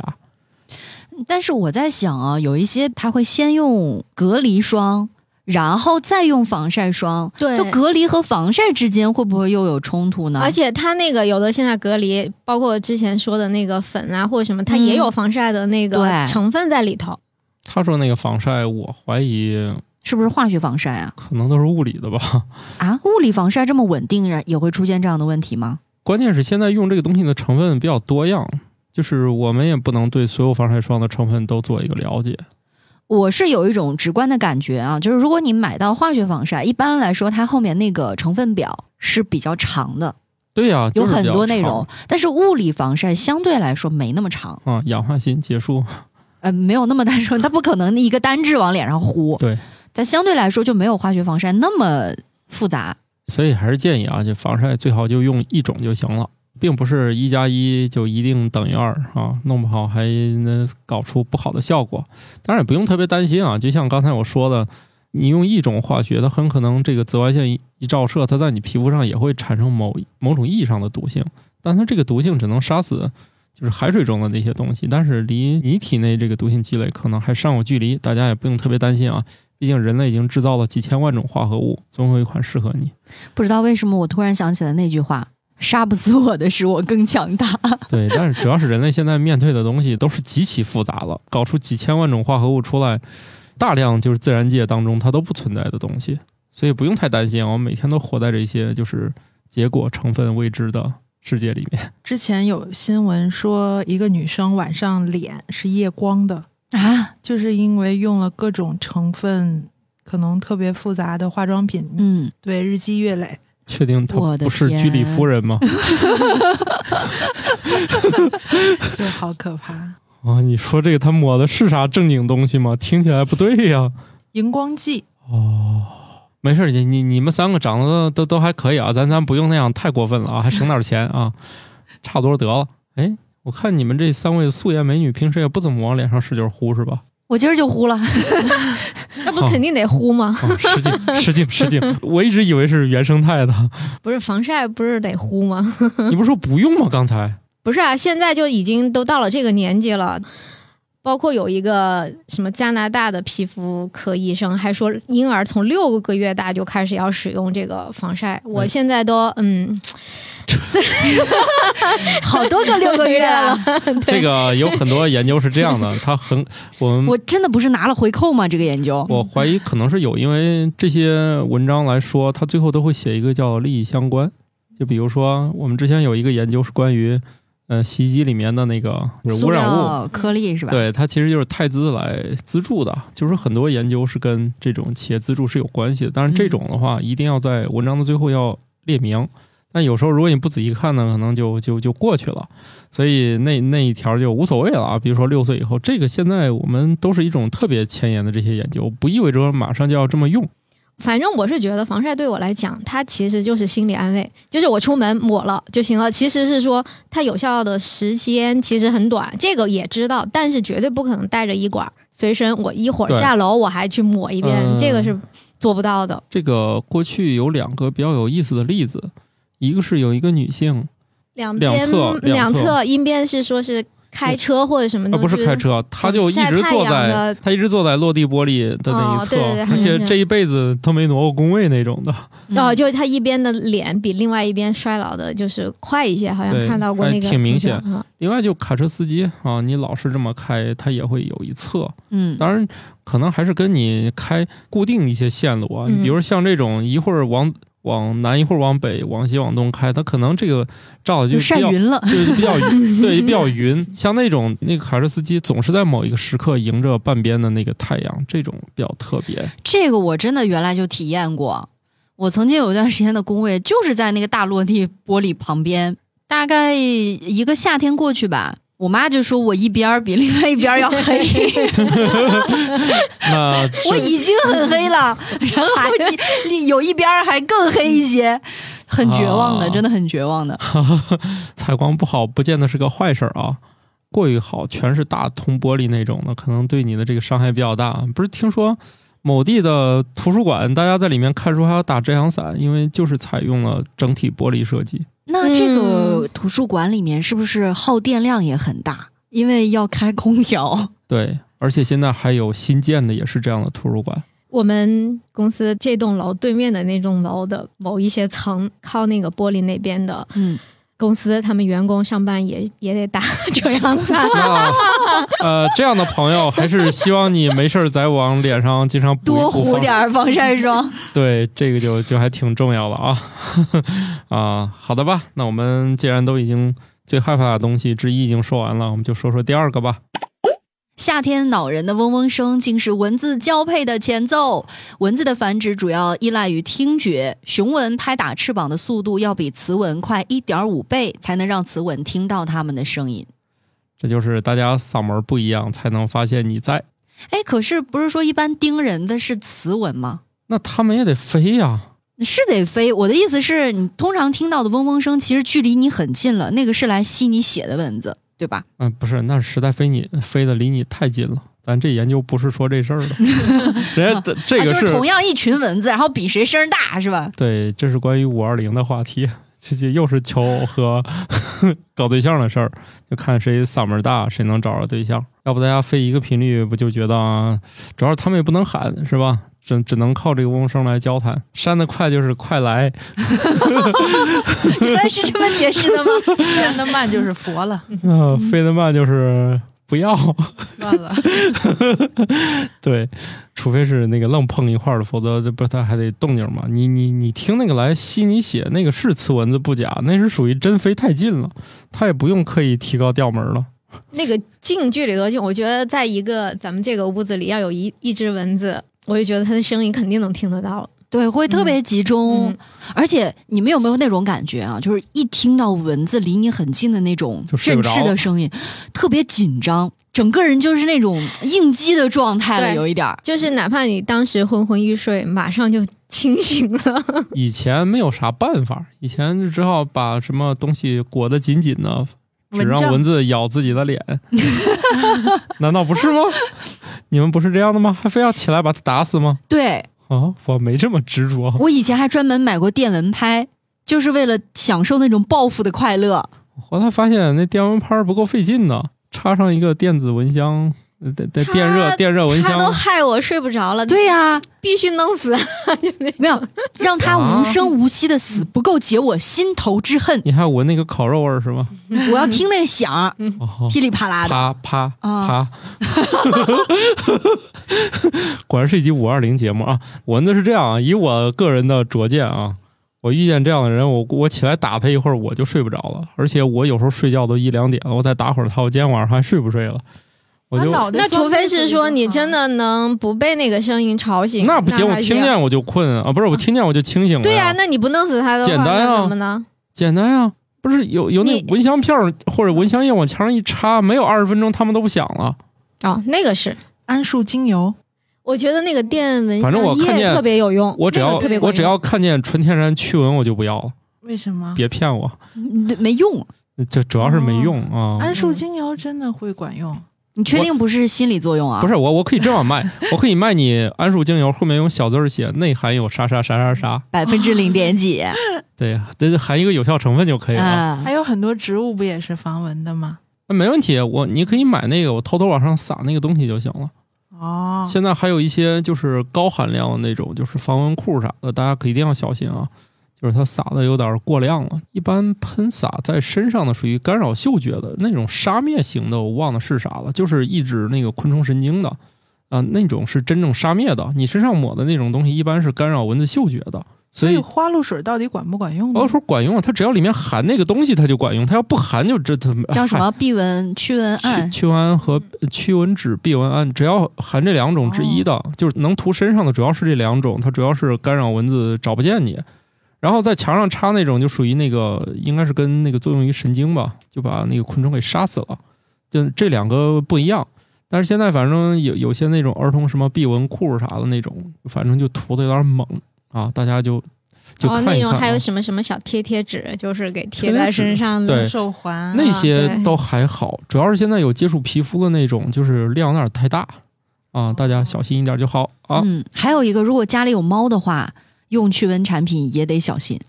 D: 但是我在想啊，有一些他会先用隔离霜，然后再用防晒霜，
C: 对
D: 就隔离和防晒之间会不会又有冲突呢？
C: 而且它那个有的现在隔离，包括之前说的那个粉啊或者什么，它也有防晒的那个
D: 对
C: 成分在里 头。
B: 他说那个防晒，我怀疑
D: 是不是化学防晒啊？
B: 可能都是物理的吧。
D: 啊，物理防晒这么稳定，然也会出现这样的问题吗？
B: 关键是现在用这个东西的成分比较多样，就是我们也不能对所有防晒霜的成分都做一个了解。
D: 我是有一种直观的感觉啊，就是如果你买到化学防晒，一般来说它后面那个成分表是比较长的，
B: 对呀、
D: 有
B: 就是
D: 很
B: 比较
D: 多内
B: 长
D: 容，但是物理防晒相对来说没那么长，
B: 啊、氧化锌结束，
D: 呃，没有那么单纯， 它不可能一个单质往脸上糊，
B: 对，
D: 但相对来说就没有化学防晒那么复杂。
B: 所以还是建议啊，这防晒最好就用一种就行了，并不是一加一就一定等于二啊，弄不好还能搞出不好的效果。当然也不用特别担心啊，就像刚才我说的，你用一种化学，它很可能这个紫外线一一照射，它在你皮肤上也会产生某某种意义上的毒性，但它这个毒性只能杀死。就是海水中的那些东西，但是离你体内这个毒性积累可能还尚有距离，大家也不用特别担心啊。毕竟人类已经制造了几千万种化合物，总有一款适合你。
D: 不知道为什么我突然想起了那句话：“杀不死我的是我更强大。
B: 对，但是主要是人类现在面对的东西都是极其复杂了， 搞出几千万种化合物出来，大量就是自然界当中它都不存在的东西，所以不用太担心啊。我们每天都活在这些就是结果成分未知的世界里面。
A: 之前有新闻说，一个女生晚上脸是夜光的，”
D: 啊，
A: 就是因为用了各种成分，可能特别复杂的化妆品，
D: 嗯，
A: 对，日积月累。
B: 确定她
D: 我的
B: 不是居里夫人 吗？
A: 就好可怕。
B: 啊，你说这个她抹的是啥正经东西吗？听起来不对呀、
A: 荧光剂，
B: 没事儿，你你你们三个长得都都都还可以啊，咱咱不用那样太过分了啊，还省点儿钱啊，差不多得了。哎，我看你们这三位素颜美女平时也不怎么往脸上使劲呼是吧？
D: 我今儿就呼了。
C: 那不肯定得呼吗？
B: 啊，失敬失敬失敬，我一直以为是原生态的，
C: 不是防晒不是得呼吗？
B: 你不是说不用吗？刚才
C: 不是啊，现在就已经都到了这个年纪了。包括有一个什么加拿大的皮肤科医生还说，婴儿从六个月大就开始要使用这个防晒。我现在都嗯，
D: 好多个六个 月了，
B: 这个有很多研究是这样的，它很我们
D: 我真的不是拿了回扣吗？这个研究，
B: 我怀疑可能是有，因为这些文章来说，它最后都会写一个叫利益相关。就比如说，我们之前有一个研究是关于，呃，洗衣机里面的那个
D: 塑
B: 污染物，
D: 料颗粒是吧？
B: 对，它其实就是泰资来资助的，就是很多研究是跟这种企业资助是有关系的。但是这种的话，一定要在文章的最后要列明。但有时候如果你不仔细看呢，可能就就就过去了，所以那那一条就无所谓了啊。比如说六岁以后，这个现在我们都是一种特别前沿的这些研究，不意味着马上就要这么用。
C: 反正我是觉得防晒对我来讲，它其实就是心理安慰，就是我出门抹了就行了。其实是说它有效的时间其实很短，这个也知道，但是绝对不可能带着医管随身。我一会儿
B: 对
C: 下楼我还去抹一遍，
B: 嗯
C: 这个是做不到的。
B: 这个过去有两个比较有意思的例子，一个是有一个女性，
C: 两边
B: 两侧
C: 两
B: 两侧
C: 一边是说是开车或者什么
B: 啊，
C: 的，
B: 不是
C: 嗯就
B: 开车，他就一
C: 晒
B: 直
C: 太
B: 坐
C: 阳
B: 在
C: 的
B: 他一直坐在落地玻璃的那一
C: 哦
B: 侧，
C: 对对对
B: 而且
C: 嗯
B: 这一辈子都没挪过工位那种的。
D: 嗯
C: 哦，就是他一边的脸比另外一边衰老的，就是快一些，好像
B: 对
C: 看到过
B: 还
C: 那个
B: 挺明
C: 图像
B: 显
C: 啊。
B: 另外就卡车司机啊，你老是这么开，他也会有一侧。
D: 嗯
B: 当然，可能还是跟你开固定一些线路啊，
C: 嗯
B: 你比如像这种一会儿往往南，一会儿往北，往西往东开，它可能这个照的就
D: 就
B: 比
D: 晒
B: 较
D: 匀了，
B: 对，就比 较对，比较匀。像那种那个卡车司机，总是在某一个时刻迎着半边的那个太阳，这种比较特别。
D: 这个我真的原来就体验过。我曾经有一段时间的工位就是在那个大落地玻璃旁边，大概一个夏天过去吧。我妈就说我一边儿比另外一边儿要黑，
B: 那这
D: 我已经很黑了，然后你你有一边儿还更黑一些，很绝望的，
B: 啊
D: 真的很绝望的。
B: 采光不好，不见得是个坏事儿啊。过于好，全是大通玻璃那种的，可能对你的这个伤害比较大。不是听说某地的图书馆，大家在里面看书还要打遮阳伞，因为就是采用了整体玻璃设计。
D: 那这个图书馆里面是不是耗电量也很大？因为要开空调。
B: 对，而且现在还有新建的也是这样的图书馆。
C: 我们公司这栋楼对面的那栋楼的某一些层，靠那个玻璃那边的
D: 嗯，
C: 公司，他们员工上班也也得打 遮阳伞。
B: 那呃，这样的朋友还是希望你没事儿再往脸上经常补一
D: 多
B: 补
D: 糊
B: 防
D: 点儿防晒霜。
B: 对，这个就就还挺重要了啊 啊，好的吧，那我们既然都已经最害怕的东西之一已经说完了，我们就说说第二个吧。
D: 夏天恼人的嗡嗡声，竟是蚊子交配的前奏。蚊子的繁殖主要依赖于听觉，雄蚊拍打翅膀的速度要比雌蚊快一点五倍，才能让雌蚊听到它们的声音。
B: 这就是大家嗓门不一样才能发现你在，
D: 哎，可是不是说一般叮人的是雌蚊吗？
B: 那他们也得飞呀。
D: 是得飞。我的意思是你通常听到的嗡嗡声，其实距离你很近了，那个是来吸你血的蚊子，对吧？
B: 嗯、不是，那实在飞你飞的离你太近了。咱这研究不是说这事儿的， 人家的这
D: 啊
B: 个
D: 就是同样一群蚊子，然后比谁声儿大，是吧？
B: 对，这是关于五二零的话题， 这就又是求偶和 搞对象的事儿，就看谁嗓门大，谁能找着对象。要不大家飞一个频率，不就觉得啊主要是他们也不能喊，是吧？只只能靠这个嗡嗡声来交谈，扇得快就是快来，
D: 原来 是这么解释的吗？
A: 变得慢就是佛 了，
B: 呃，飞得慢就是不要。
A: 嗯 算 了。
B: 对，除非是那个愣碰一块儿的，否则这不是它还得动静嘛。你你你听那个来吸你血，那个是刺蚊子不假，那是属于真飞太近了，它也不用刻意提高调门了。
C: 那个近距离多近，我觉得在一个咱们这个屋子里要有一一只蚊子，我就觉得它的声音肯定能听得到了。
D: 对，会特别集中，
C: 嗯
D: 而且你们有没有那种感觉啊？就是一听到蚊子离你很近的那种
B: 就睡不
D: 振
B: 着
D: 翅的声音，特别紧张，整个人就是那种应激的状态了，
C: 对
D: 有一点儿。
C: 就是哪怕你当时昏昏欲睡，马上就清醒了。
B: 以前没有啥办法，以前就只好把什么东西裹得紧紧的，只
A: 蚊
B: 让
A: 帐
B: 蚊子咬自己的脸。 难道不是吗？你们不是这样的吗？还非要起来把它打死吗？
D: 对
B: 啊，我没这么执着。
D: 我以前还专门买过电蚊拍，就是为了享受那种报复的快乐。
B: 后来发现那电蚊拍不够费劲呢，插上一个电子蚊香，呃电电电热
C: 它
B: 电热蚊
C: 它都
B: 香，
C: 害我睡不着了，
D: 对呀、
C: 必须弄死。
D: 没有让它
B: 啊
D: 无声无息的死，不够解我心头之恨。
B: 你还闻那个烤肉味儿是吗？
D: 我要听那个响儿，
B: 嗯哦，
D: 噼里啪啦的。
B: 啪啪
D: 啊
B: 啪， 果然是一集五二零节目啊！蚊子是这样啊，以我个人的拙见啊，我遇见这样的人，我我起来打他一会儿我就睡不着了，而且我有时候睡觉都一两点了，我再打会儿他，我今天晚上还睡不睡了？我就
A: 脑袋
C: 那除
A: 装
C: 非
A: 杯子
C: 是
A: 里
C: 说
A: 就
C: 你
A: 好
C: 真的能不被那个声音吵醒，
B: 那不行，我
C: 还
B: 听
C: 行
B: 见我就困啊，不是我听见我就清醒了。
C: 对呀、那你不弄死它的话，
B: 简单啊
C: 那怎么呢？
B: 简单呀、不是有有那
C: 你
B: 蚊香片儿或者蚊香液往墙上一插，没有二十分钟他们都不响了。
C: 哦，那个是，
A: 桉树精油，
C: 我觉得那个电蚊
B: 反正我
C: 香
B: 看见
C: 液特别有用，
B: 我只
C: 那
B: 要
C: 个特别管用
B: 我只要看见纯天然驱蚊，我就不要了，
A: 为什么？
B: 别骗我，
D: 嗯没用，
B: 这主要是没用啊。
A: 桉树精油真的会管用，
D: 你确定不是心理作用啊？
B: 不是我，我可以这样卖，我可以卖你桉树精油，后面用小字儿写内含有啥啥啥啥啥，啊
D: 百分之零 点几，
B: 哎对，这含一个有效成分就可以了。
D: 啊
A: 还有很多植物不也是防蚊的吗？
B: 那没问题，我你可以买那个，我偷偷往上撒那个东西就行了。
D: 啊
A: 哦，
B: 现在还有一些就是高含量的那种，就是防蚊裤啥的，大家可一定要小心啊！就是它撒的有点过量了，一般喷洒在身上的属于干扰嗅觉的那种杀灭型的，我忘了是啥了，就是抑制那个昆虫神经的啊、那种是真正杀灭的。你身上抹的那种东西一般是干扰蚊子嗅觉的，所
A: 所以
B: 以
A: 花露水到底管不管用呢？
B: 我要说管用，啊它只要里面含那个东西，它就管用；它要不含就这它
D: 叫什么 避蚊驱蚊
B: 驱
D: 哎胺？
B: 驱蚊胺和
C: 嗯
B: 驱蚊酯、避蚊胺，只要含这两种之一
C: 哦
B: 的，就是能涂身上的，主要是这两种，它主要是干扰蚊子找不见你。然后在墙上插那种，就属于那个应该是跟那个作用于神经吧，就把那个昆虫给杀死了。就这两个不一样，但是现在反正有有些那种儿童什么避蚊裤啥的那种，反正就涂的有点猛啊，大家就就
C: 哦，
B: 看一看、啊
C: 那种还有什么什么小贴贴纸，就是给贴在身上
B: 对
C: 的。
A: 长手环
B: 那
C: 啊
B: 些
C: 对
B: 都还好，主要是现在有接触皮肤的那种，就是量有点太大啊，大家小心一点就好啊。
D: 哦嗯，还有一个，如果家里有猫的话，用驱蚊产品也得小心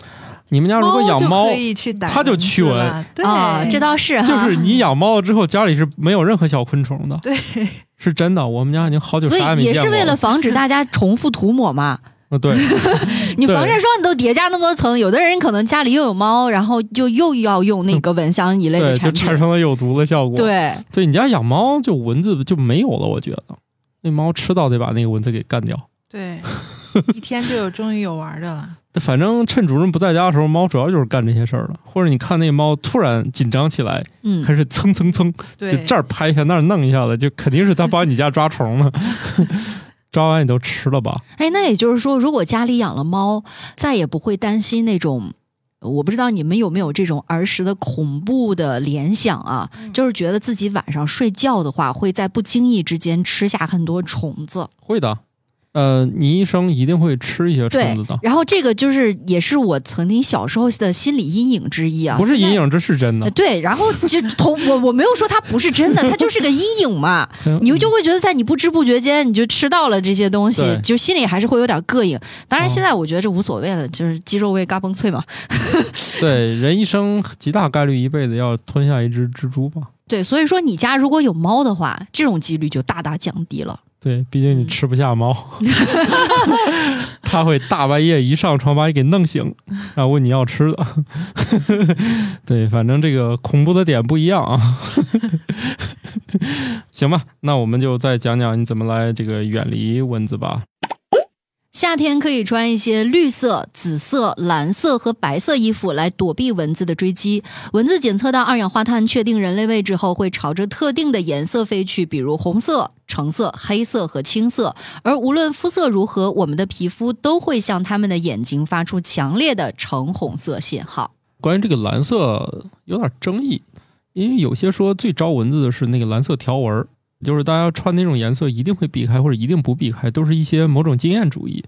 B: 你们家如果养猫
A: 就可，以去打蚊子
B: 它
A: 了，
B: 就驱蚊
A: 对，
D: 啊。这倒是哈，
B: 就是你养猫了之后，家里是没有任何小昆虫的，
A: 对，
B: 是真的。我们家已经好久
D: 所
B: 啥也
D: 以
B: 没
D: 也
B: 见过
D: 是为了防止大家重复涂 抹嘛。
B: 嗯 对，
D: 你
B: 对
D: 防晒霜你都叠加那么多层，有的人可能家里又有猫，然后就又要用那个蚊香一类的
B: 对，就
D: 产品
B: 产。生了有毒的效果。，
D: 对，
B: 对你家养猫就蚊子就没有了，我觉得那猫吃到得把那个蚊子给干掉。
A: 对，一天就有终于有玩的了。
B: 反正趁主人不在家的时候，猫主要就是干这些事儿了。或者你看那猫突然紧张起来，
D: 嗯，
B: 开始蹭蹭蹭，
A: 对
B: 就，这儿拍一下，那儿弄一下的，就肯定是他帮你家抓虫呢。 抓完你都吃了吧？
D: 哎，那也就是说，如果家里养了猫，再也不会担心那种。我不知道你们有没有这种儿时的恐怖的联想啊，就是觉得自己晚上睡觉的话，会在不经意之间吃下很多虫子。
B: 会的，呃，你一生一定会吃一些虫子的，
D: 然后这个就是也是我曾经小时候的心理阴影之一啊，
B: 不是
D: 现在
B: 阴影，这是真
D: 呃
B: 的。
D: 对，然后就同我我没有说它不是真的，它就是个阴影嘛，呃你就会觉得在你不知不觉间你就吃到了这些东西
B: 对，
D: 就心里还是会有点膈应。当然
B: 哦
D: 现在我觉得这无所谓了，就是鸡肉味嘎嘣脆嘛。
B: 对人一生极大概率一辈子要吞下一只蜘蛛吧？
D: 对，所以说你家如果有猫的话，这种几率就大大降低了。
B: 对，毕竟你
D: 嗯
B: 吃不下猫，它会大半夜一上床把你给弄醒，然后问你要吃的。 对，反正这个恐怖的点不一样啊。 行吧，那我们就再讲讲你怎么来这个远离蚊子吧。
D: 夏天可以穿一些绿色、紫色、蓝色和白色衣服来躲避蚊子的追击。蚊子检测到二氧化碳确定人类位置后，会朝着特定的颜色飞去，比如红色、橙色、黑色和青色。而无论肤色如何，我们的皮肤都会向它们的眼睛发出强烈的橙红色信号。
B: 关于这个蓝色有点争议，因为有些说最招蚊子的是那个蓝色条纹儿，就是大家穿那种颜色一定会避开或者一定不避开，都是一些某种经验主义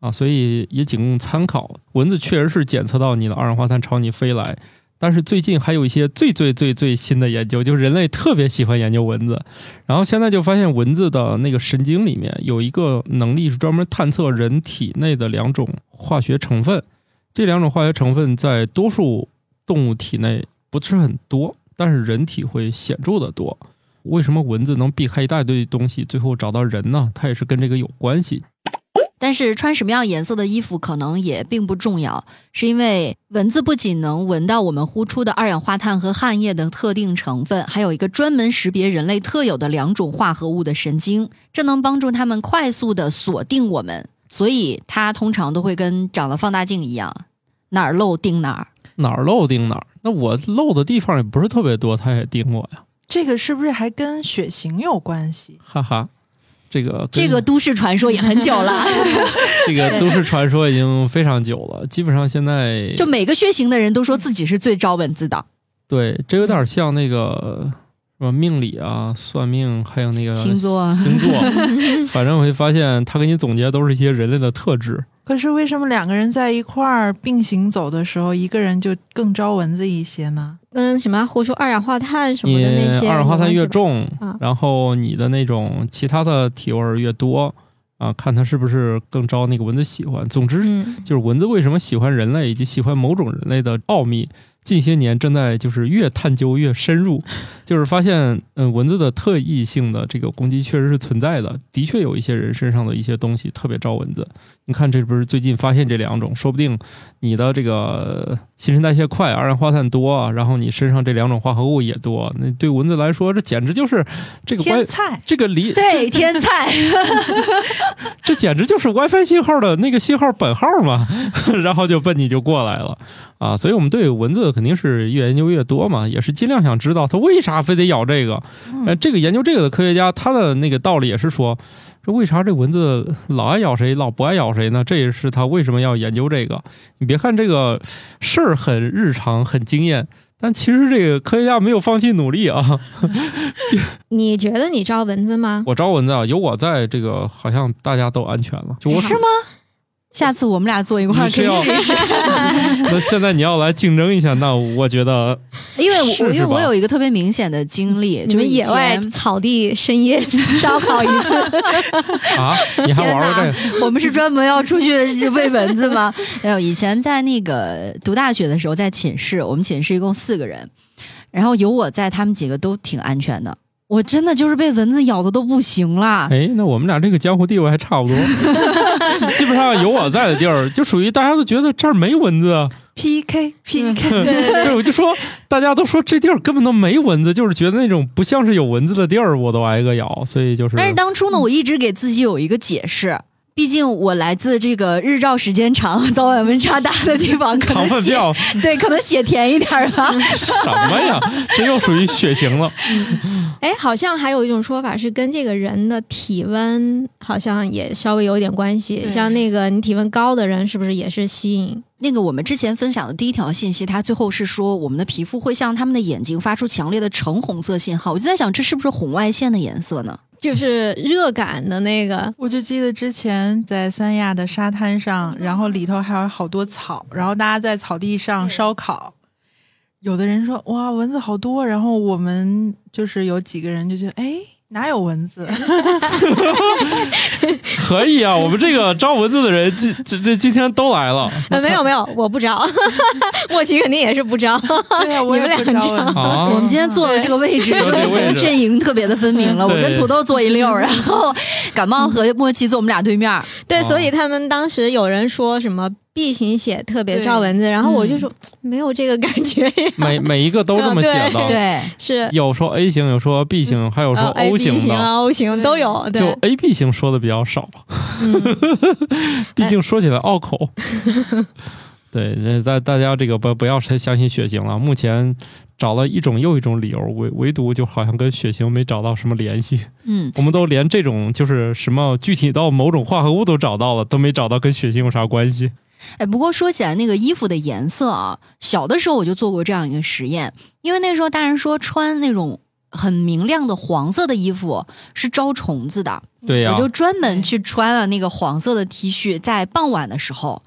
B: 啊，所以也仅供参考。蚊子确实是检测到你的二氧化碳朝你飞来，但是最近还有一些最最最最新的研究，就是人类特别喜欢研究蚊子，然后现在就发现蚊子的那个神经里面有一个能力是专门探测人体内的两种化学成分。这两种化学成分在多数动物体内不是很多，但是人体会显著的多。为什么蚊子能避开一大堆东西，最后找到人呢？它也是跟这个有关系。
D: 但是穿什么样颜色的衣服可能也并不重要，是因为蚊子不仅能闻到我们呼出的二氧化碳和汗液的特定成分，还有一个专门识别人类特有的两种化合物的神经，这能帮助它们快速的锁定我们。所以它通常都会跟长了放大镜一样，哪儿漏盯哪儿。
B: 哪儿漏叮哪儿，那我漏的地方也不是特别多，它也叮我呀，
A: 这个是不是还跟血型有关系？
B: 哈哈。这个跟
D: 这个都市传说也很久了，
B: 这个都市传说已经非常久了，基本上现在
D: 就每个血型的人都说自己是最招蚊子的。
B: 对，这有点像那个什么命理啊、算命，还有那个
D: 星座啊
B: 星座，反正我会发现他给你总结都是一些人类的特质。
A: 可是为什么两个人在一块儿并行走的时候，一个人就更招蚊子一些呢？
C: 嗯，什么呼出二氧化碳什么
B: 你
C: 的那些，
B: 二氧化碳越，重
C: 啊，
B: 然后你的那种其他的体味儿越多啊，看它是不是更招那个蚊子喜欢。总之，
C: 嗯，
B: 就是蚊子为什么喜欢人类，以及喜欢某种人类的奥秘，近些年正在就是越探究越深入， 就是发现嗯蚊子的特异性的这个攻击确实是存在的，的确有一些人身上的一些东西特别招蚊子。你看这不是最近发现这两种，说不定你的这个新陈代谢快，啊二氧化碳多，然后你身上这两种化合物也多，那对蚊子来说这简直就是这个关
A: 天菜
B: 这个离
D: 对， 天菜，
B: 这简直就是 WiFi 信号的那个信号本号嘛， 然后就奔你就过来了啊！所以我们对蚊子肯定是越研究越多嘛，也是尽量想知道它为啥非得咬这个。呃，这个研究这个的科学家，他的那个道理也是说，这为啥这蚊子老爱咬谁，老不爱咬谁呢？这也是他为什么要研究这个。你别看这个事儿很日常、很惊艳，但其实这个科学家没有放弃努力啊。
C: 你觉得你招蚊子吗？
B: 我招蚊子啊，有我在，这个好像大家都安全了。就我
D: 是吗？下次我们俩坐一块儿
B: 你
D: 可
B: 是
D: 以
B: 要
D: 试一试，
B: 那现在你要来竞争一下，那我觉得
D: 因为我
B: 试
D: 因
B: 试
D: 为
B: 吧
D: 我有一个特别明显的经历，
C: 你
D: 就是
C: 们
D: 以
C: 野外
D: 前
C: 草地深夜 烧烤一次，
B: 啊，你还
D: 天
B: 玩
D: 哪
B: 玩这个？，
D: 我们是专门要出去喂蚊子吗？没有，以前在那个读大学的时候，在寝室，我们寝室一共四个人，然后有我在，他们几个都挺安全的。我真的就是被蚊子咬的都不行了。
B: 哎，那我们俩这个江湖地位还差不多， 基基本上有我在的地儿，就属于大家都觉得这儿没蚊子啊。
A: PK PK，
B: 对，我就说大家都说这地儿根本都没蚊子，就是觉得那种不像是有蚊子的地儿，我都挨个咬，所以就是。
D: 但是当初呢，我一直给自己有一个解释，毕竟我来自这个日照时间长、早晚温差大的地方，可
B: 糖
D: 能
B: 分
D: 血
B: 票
D: 对，可能血甜一点儿吧。
B: 什么呀？这又属于血型了。
C: 哎，好像还有一种说法是跟这个人的体温好像也稍微有点关系，
A: 对
C: 像那个你体温高的人是不是也是吸引？
D: 那个我们之前分享的第一条信息，它最后是说我们的皮肤会向他们的眼睛发出强烈的橙红色信号。我就在想，这是不是红外线的颜色呢？
C: 就是热感的那个，
A: 我就记得之前在三亚的沙滩上，然后里头还有好多草，然后大家在草地上烧烤。有的人说哇蚊子好多，然后我们就是有几个人就觉得哎哪有蚊子，
B: 可以啊，我们这个招蚊子的人今这这今天都来了
C: 呃，没有没有，我不招， 莫奇肯定也是不招。
A: 对呀、我也
C: 你们
A: 不
C: 俩
A: 招蚊子。
B: 啊！
D: 我们今天坐的这个位置，
B: 对
D: 就
B: 对
D: 已
B: 位
D: 经
B: 置
D: 阵营特别的分明了。我
B: 对嗯
D: 跟土豆坐一溜儿，然后感冒和莫奇坐我们俩对面儿。
C: 对，
B: 哦
C: 所以他们当时有人说什么 B 型血特别招蚊子，然后我就说、没有这个感觉，
B: 每每一个都这么写
C: 嗯
B: 的，
D: 啊对，
C: 是
B: 有说 A 型，有说 B 型，还有说
C: 呃 A
B: O
C: B
B: 型
C: 型
B: 的，
C: 啊 O 型都有，对
B: 就 A、B 型说的比较少，
C: 嗯
B: 毕竟说起来拗口。对，那大大家这个不不要太相信血型了，目前。找了一种又一种理由，唯唯独就好像跟血型没找到什么联系。
D: 嗯，
B: 我们都连这种就是什么具体到某种化合物都找到了，都没找到跟血型有啥关系。
D: 哎，不过说起来那个衣服的颜色啊，小的时候我就做过这样一个实验，因为那时候大人说穿那种很明亮的黄色的衣服是招虫子的。
B: 对啊呀、
D: 我就专门去穿了那个黄色的 T 恤，在傍晚的时候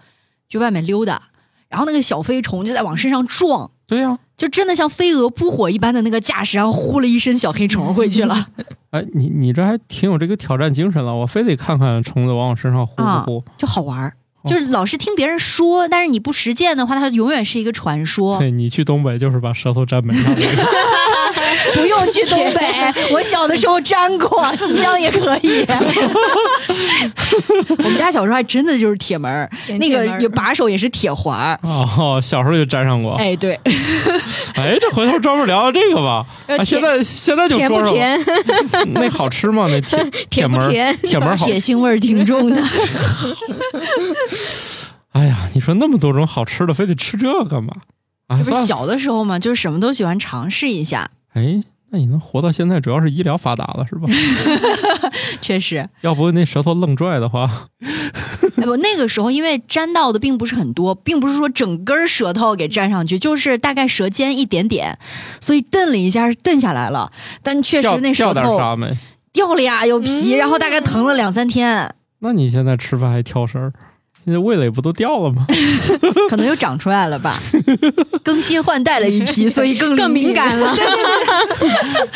D: 去外面溜达，然后那个小飞虫就在往身上撞，
B: 对呀、
D: 就真的像飞蛾扑火一般的那个架势，然后呼了一身小黑虫回去了。
B: 哎，你你这还挺有这个挑战精神了，我非得看看虫子往我身上呼
D: 啊
B: 不呼。
D: 就好玩儿。就是老是听别人说，但是你不实践的话，它永远是一个传说。
B: 对你去东北就是把舌头沾门上那个
D: 不用去东北，我小的时候粘过，新疆也可 以。我们家小时候还真的就是铁门儿，那个有把手也是铁环儿。
B: 哦，小时候就沾上过。
D: 哎，对，
B: 哎，这回头专门聊聊这个吧。
C: 呃
B: 啊，现在现在就
C: 甜
B: 说
C: 不
B: 说吧，嗯
C: 甜，
B: 那好吃吗？那铁铁
C: 甜
B: 门
C: 不
B: 儿
C: 甜？
B: 铁门儿好。
D: 铁腥味儿挺 重的。
B: 哎呀，你说那么多种好吃的，非得吃这干嘛？啊，
D: 这不是
B: 算了。
D: 小的时候嘛，就是什么都喜欢尝试一下。
B: 哎，那你能活到现在，主要是医疗发达了，是吧？
D: 确实，
B: 要不那舌头愣拽的话，
D: 哎不，那个时候因为粘到的并不是很多，并不是说整根儿舌头给粘上去，就是大概舌尖一点点，所以蹬了一下，蹬下来了。但确实
B: 掉
D: 那
B: 掉
D: 舌
B: 点
D: 头
B: 啥没？
D: 嗯 掉了呀，有皮，然后大概疼了两三天。
B: 那你现在吃饭还挑食儿？现在味蕾不都掉了吗？
D: 可能又长出来了吧，更新换代了一 批，所以更
C: 更敏感了。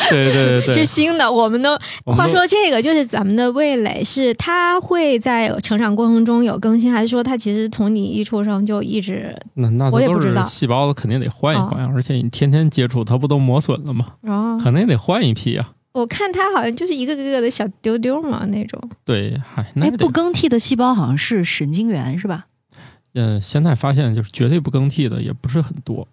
B: 对对对
C: 是
B: 对，
C: 新的，我们都
B: 我们
C: 话
B: 都
C: 说这个就是咱们的味蕾，是它会在成长过程中有更新，还是说它其实从你一出生就一直
B: 那那
C: 我也
B: 都
C: 不知
B: 是
C: 道啊
B: 细胞了，肯定得换一换，而且你天天接触它不都磨损了吗？
C: 哦？
B: 肯定得换一批啊。
C: 我看它好像就是一个个的小丢丢嘛那种，
B: 对，嗨，那
D: 哎，
B: 也得
D: 不更替的细胞好像是神经元是吧？
B: 嗯，现在发现就是绝对不更替的也不是很多，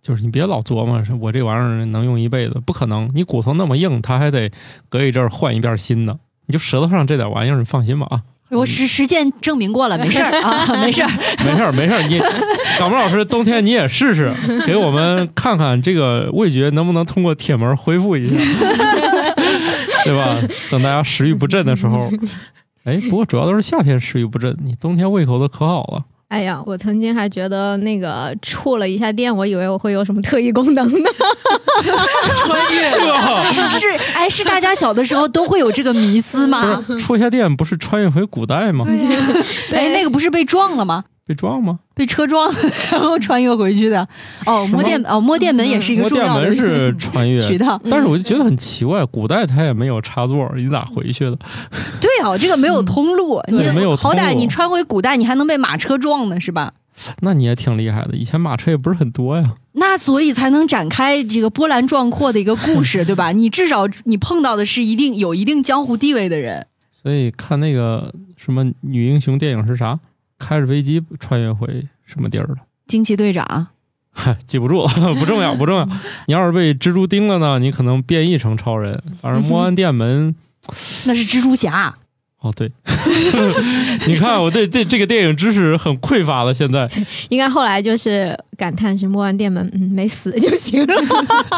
B: 就是你别老琢磨是我这玩意儿能用一辈子，不可能。你骨头那么硬，它还得隔一阵儿换一遍新的。你就舌头上这点玩意儿，你放心吧啊，
D: 我实实践证明过了，没事儿 啊，没事儿。
B: 没事儿没事儿。 你港木老师，冬天你也试试，给我 们看看这个味觉能不能通过铁门恢复 一下，对吧？等大家食欲不振的时 候，哎，不过主要都是夏天食欲不振，你冬天胃口都可好 了。
C: 哎呀，我曾经还觉得那个触了一下电，我以为我会有什么特异功能呢。
B: 这
D: 是 哎，是大家小的时候都会有这个迷思 吗？
B: 戳一下电不是穿越回古代吗？
D: 哎，那个不是被撞了吗？
B: 被撞吗？
D: 被车撞， 然后穿越回去的。哦，
B: 什么
D: 摸电哦，摸电门也是一个
B: 摸
D: 重
B: 电
D: 要的
B: 门是穿越，
D: 渠道。嗯
B: 但是我就觉得很奇怪，古代它也没有插座，你咋回去的？
D: 对哦，这个没有通路，
B: 嗯对
D: 你
B: 没有
D: 好
B: 通
D: 歹
B: 路
D: 你穿回古代，你还能被马车撞呢，是吧？
B: 那你也挺厉害的，以前马车也不是很多呀。
D: 那所以才能展开这个波澜壮阔的一个故事，对吧？你至少你碰到的是一定有一定江湖地位的人，
B: 所以看那个什么女英雄电影是啥？开着飞机穿越回什么地儿了？
D: 惊奇队长。
B: 嗨，记不住了， 不重要，不重 要。你要是被蜘蛛叮了呢，你可能变异成超人。反正摸完电门，
D: 那是蜘蛛侠，
B: 哦对， 你看我对这这个电影知识很匮乏了，现 在
C: 应该后来就是感叹是摸完电门，嗯，没死就 行了。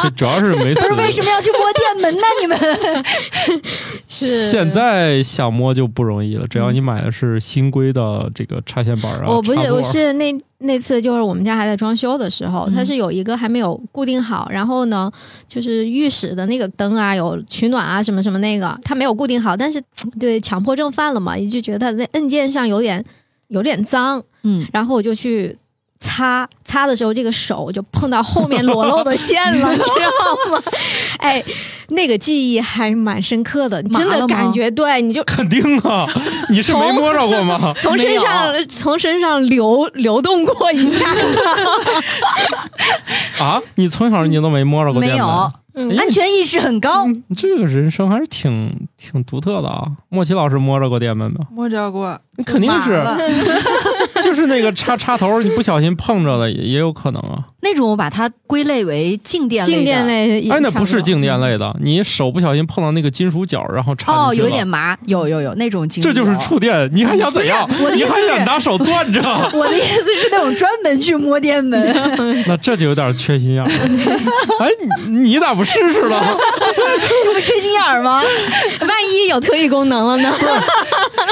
B: 这主要是没死。
D: 不是为什么要去摸电门呢？你们
C: 是
B: 现在想摸就不容易了，只要你买的是新规的这个插线板啊，
C: 我不
B: 插
C: 是，
B: 座
C: 我是那那次就是我们家还在装修的时候，它
D: 嗯
C: 是有一个还没有固定好，然后呢，就是浴室的那个灯啊，有取暖啊什么什么那个，它没有固定好，但是对强迫症犯了嘛，就觉得它的按键上有点有点脏，
D: 嗯，
C: 然后我就去。擦擦的时候，这个手就碰到后面裸露的线 了，你知道吗？哎，那个记忆还蛮深刻的，
D: 麻
C: 真
D: 了
C: 的
D: 吗
C: 感觉对，你就
B: 肯定啊，你是没摸着过 吗？
C: 从身
D: 没
C: 上从身上流流动过一下，
B: 啊，你从小你都没摸着过
D: 没
B: 电
D: 有，
B: 门，哎
C: 嗯
D: 安全意识很高。
B: 你这个人生还是挺挺独特的啊。莫奇老师摸着过电门吗？
A: 摸着过，
B: 那肯定
A: 麻
B: 是，
A: 了
B: 就是那个插插头，你不小心碰着了也也有可能啊。
D: 那种我把它归类为静电类的
C: 静电类也差
B: 哎，
C: 多，
B: 那不是静电类的，你手不小心碰到那个金属角，然后插
D: 哦，
B: 进去了
D: 有点。麻，有有有那种经历
B: 这
D: 有，
B: 就是触电，你还想怎样
D: 不是我？的意
B: 你
D: 思
B: 还
D: 是
B: 想拿手攥 着？
D: 我的意思是那种专门去摸电门，
B: 那这就有点缺心眼儿了。哎，你你咋不试试了？
D: 就不缺心眼儿吗？
C: 万一有特异功能了呢？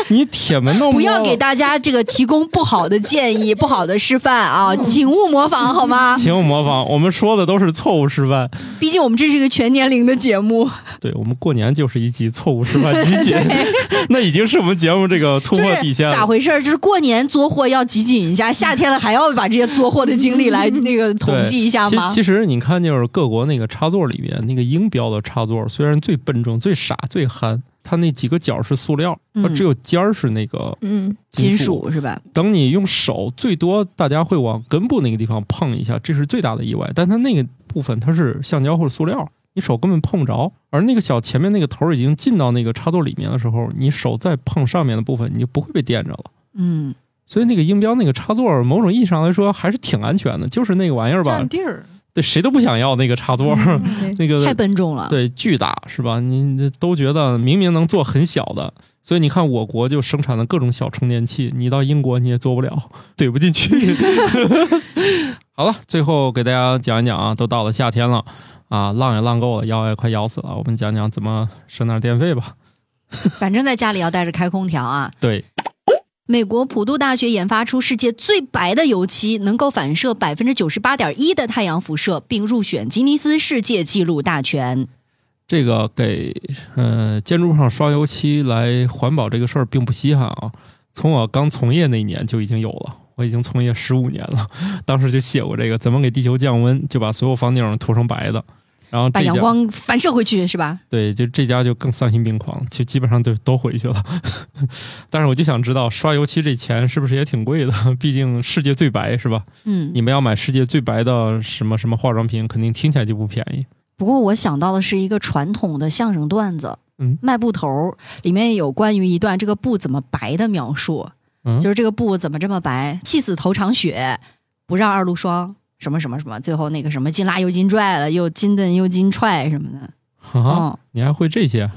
B: 你铁门都
D: 不要
B: 摸
D: 给大家这个提供不好的建议、不好的示范啊，请勿模仿好吗？
B: 请勿模仿，我们说的都是错误示范。
D: 毕竟我们这是一个全年龄的节目，
B: 对我们过年就是一集错误示范集 锦，那已经是我们节目这个突
D: 就
B: 破
D: 是
B: 底线
D: 咋
B: 了。
D: 回事儿？就是过年作货要集锦一下，夏天了还要把这些作货的经历来那个统计一下
B: 其
D: 吗？
B: 其实你看，就是各国那个插座里面那个音标的插座，虽然最笨重、最傻、最憨，它那几个角是塑料，它
D: 嗯
B: 只有尖儿是那个
C: 嗯，
D: 金属是吧？
B: 等你用手，最多大家会往根部那个地方碰一下，这是最大的意外。但它那个部分它是橡胶或者塑料，你手根本碰不着。而那个小前面那个头已经进到那个插座里面的时候，你手再碰上面的部分，你就不会被电着了。
D: 嗯，
B: 所以那个音标那个插座，某种意义上来说还是挺安全的，就是那个玩意儿吧
A: 占，地儿，
B: 对 谁都不想要那个插座，
C: 嗯
B: 那
D: 太
B: 个
D: 笨重了。
B: 对巨大是吧？你你都觉得明明能做很小的，所以你看我国就生产了各种小充电器，你到英国你也做不了，怼不进去。好了，最后给大家讲一讲啊，都到了夏天了啊，浪也浪够了，腰也快腰死了，我们讲讲怎么省点电费吧。
D: 反正在家里要带着开空调啊。
B: 对，
D: 美国普渡大学研发出世界最白的油漆，能够反射百分之九十八点一的太阳辐射，并入选吉尼斯世界纪录大全。
B: 这个给呃建筑上刷油漆来环保这个事儿并不稀罕啊。从我刚从业那一年就已经有了。我已经从业十五年了， 当时就写过这个怎么给地球降温，就把所有房顶涂成白的，然后
D: 把
B: 这
D: 阳
B: 家
D: 光反射回去是吧？
B: 对，就这家就更丧心病狂，就基本上就都回去了。 但是我就想知道，刷油漆这钱是不是也挺贵的？ 毕竟世界最白是吧？
D: 嗯
B: 你，们要买世界最白的什么什么化妆品，肯定听起来就不便宜。
D: 不过我想到的是一个传统的相声段子，
B: 嗯
D: 卖布头儿里面有关于一段这个布怎么白的描述，
B: 嗯
D: 就是这个布怎么这么白，气死头场雪，不让二路霜，什么什么什么，最后那个什么金拉又金拽了，又金蹬又金踹什么的，
B: 啊，
D: 嗯，
B: 你还会这些？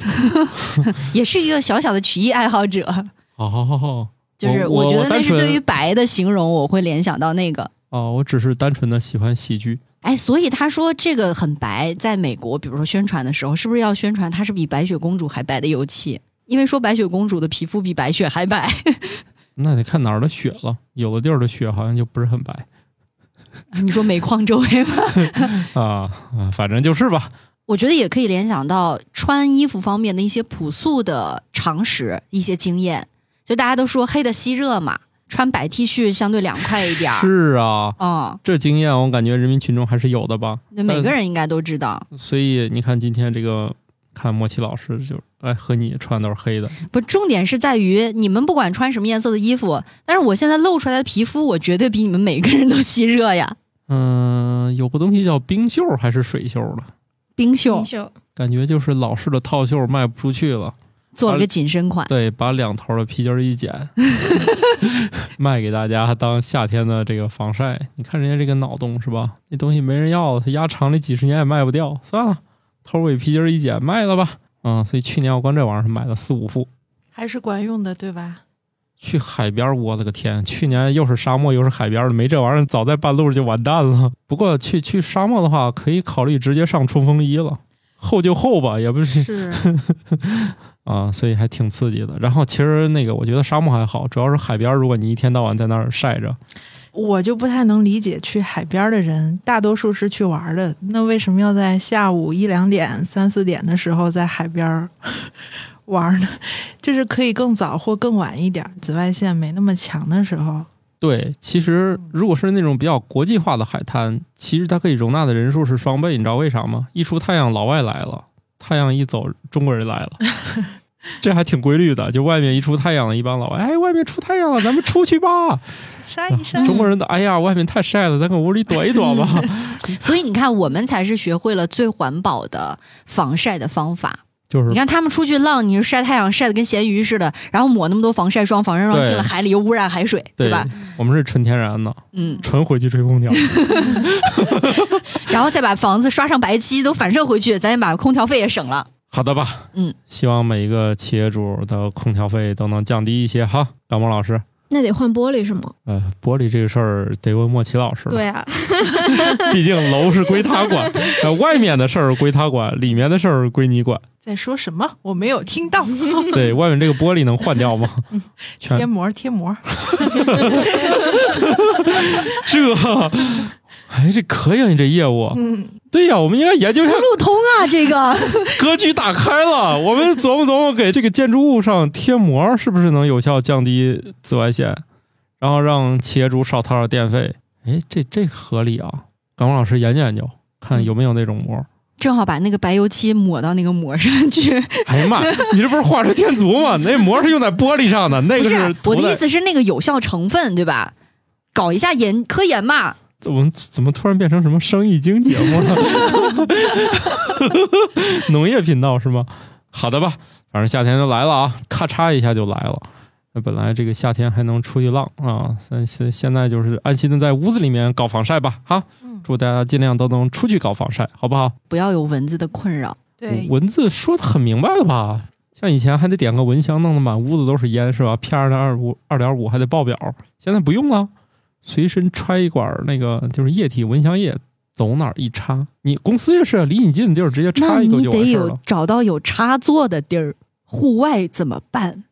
D: 也是一个小小的曲艺爱好者，
B: 好好好好。
D: 就是
B: 我
D: 觉得
B: 单
D: 那是
B: 纯
D: 对于白的形容，我会联想到那个。
B: 哦，我只是单纯的喜欢喜剧。
D: 哎，所以他说这个很白，在美国，比如说宣传的时候，是不是要宣传它是比白雪公主还白的油漆？因为说白雪公主的皮肤比白雪还白，
B: 那得看哪儿的雪了，有的地儿的雪好像就不是很白
D: 你说煤矿周围吗？
B: 啊啊，反正就是吧。
D: 我觉得也可以联想到穿衣服方面的一些朴素的常识、一些经验。就大家都说黑的吸热嘛，穿白 T 恤相对凉快一点儿。
B: 是啊，
D: 哦，
B: 这经验我感觉人民群众还是有的吧。
D: 那每个人应该都知道，
B: 所以你看今天这个，看莫奇老师就哎和你穿的都是黑的，
D: 不，重点是在于你们不管穿什么颜色的衣服，但是我现在露出来的皮肤，我绝对比你们每个人都吸热呀。
B: 嗯、有个东西叫冰袖还是水袖的，
D: 冰袖
C: 秀
B: 感觉就是老式的套袖卖不出去了，
D: 做了个紧身款，
B: 对，把两头的皮筋儿一剪， 卖给大家当夏天的这个防晒。你看人家这个脑洞是吧？那东西没人要了，他压厂里几十年也卖不掉，算了，头尾皮筋儿一剪卖了吧。嗯，所以去年我光这玩意儿买了四五副，
A: 还是管用的，对吧？
B: 去海边儿，我的个天！去年又是沙漠又是海边儿的，没这玩意儿，早在半路就完蛋了。不过去去沙漠的话，可以考虑直接上冲锋衣了，厚就厚吧，也不是
A: 是，
B: 啊，所以还挺刺激的。然后其实那个，我觉得沙漠还好，主要是海边儿，如果你一天到晚在那儿晒着，
A: 我就不太能理解去海边的人，大多数是去玩的，那为什么要在下午一两点、三四点的时候在海边儿 玩呢？这是可以更早或更晚一点，紫外线没那么强的时候。
B: 对，其实
D: 嗯
B: 如果是那种比较国际化的海滩，其实它可以容纳的人数是双倍，你知道为啥吗？一出太阳，老外来了；太阳一走，中国人来 了。这还挺规律的，就外面一出太阳了，一帮老外，哎，外面出太阳了，咱们出去 吧。
A: 晒
B: 一
D: 晒
B: 中国人的，哎呀，外面太晒了，咱搁屋里躲一躲 吧。
D: 所以你看，我们才是学会了最环保的防晒的方法。
B: 就是
D: 你看他们出去浪，你晒太阳晒得跟咸鱼似的，然后抹那么多防晒霜，防晒霜
B: 对
D: 进了海里又污染海水，对吧？
B: 我们是纯天然的，
D: 嗯，
B: 纯回去吹空 调。
D: 然后再把房子刷上白漆，都反射回去，咱也把空调费也省了。
B: 好的吧，
D: 嗯，
B: 希望每一个企业主的空调费都能降低一些哈。高萌老师，
C: 那得换玻璃是吗？
B: 呃，玻璃这个事儿得问莫奇老师了。
C: 对啊，
B: 毕竟楼是归他管，呃，外面的事儿归他管，里面的事儿归你 管。
A: 在说什么？我没有听到。
B: 对外面这个玻璃能换掉 吗？
A: 贴
B: 全
A: 膜，贴膜，
B: 这，哎，这可以啊，你这业务。
A: 嗯，
B: 对呀、我们应该研究一下，
D: 路通啊，这个
B: 格局打开了，我们琢磨琢磨，给这个建筑物上贴膜，是不是能有效降低紫外线，然后让企业主少掏点电费？哎，这这合理啊！港光老师研究研究，看有没有那种膜。
D: 正好把那个白油漆抹到那个膜上去。
B: 哎呀妈，你这不是画蛇添足吗？那膜是用在玻璃上的，那
D: 不
B: 个
D: 是
B: 涂
D: 我的
B: 在
D: 意思是那个有效成分，对吧？搞一下研科研嘛，
B: 我们怎么突然变成什么生意经节目了？ 农业频道是吗？好的吧，反正夏天就来了啊，咔嚓一下就来了。那本来这个夏天还能出去浪啊，现现现在就是安心的在屋子里面搞防晒吧，哈
A: 嗯！
B: 祝大家尽量都能出去搞防晒，好不好？
D: 不要有蚊子的困扰。
A: 对，
B: 文字说的很明白了吧？像以前还得点个蚊香，弄得满屋子都是烟，是吧？P 二点二五二点五还得报表，现在不用了，随身揣一管儿那个就是液体蚊香液，走哪儿一插。你公司也是，离你近的地儿直接
D: 那
B: 插一个
D: 你
B: 就
D: 得
B: 完事儿
D: 有
B: 了。
D: 找到有插座的地儿，户外怎么办？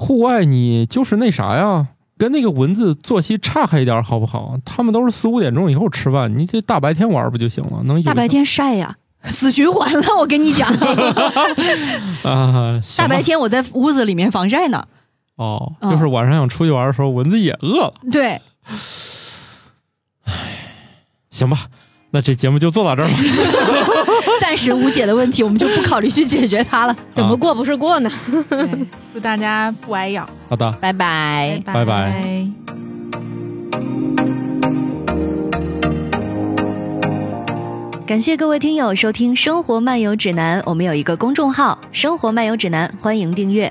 B: 户外你就是那啥呀，跟那个蚊子作息岔开一点儿好不好？他们都是四五点钟以后吃饭，你这大白天玩儿不就行了？能有
D: 大白天晒呀、死循环了。我跟你讲，
B: 啊？行
D: 大
B: 吧
D: 白天我在屋子里面防晒呢，
B: 哦，
E: 嗯
B: 就是晚上想出去玩的时候，蚊子也饿了。
E: 对，
B: 行吧，那这节目就做到这儿吧。
E: 暂时无解的问题，我们就不考虑去解决它了。
C: 怎么过不是过呢？
A: 对祝大家不挨咬，
B: 好的，
E: 拜拜。
B: 哎
A: 拜
B: 拜拜
E: 感谢各位听友收听《生活漫游指南》，我们有一个公众号《生活漫游指南》，欢迎订阅。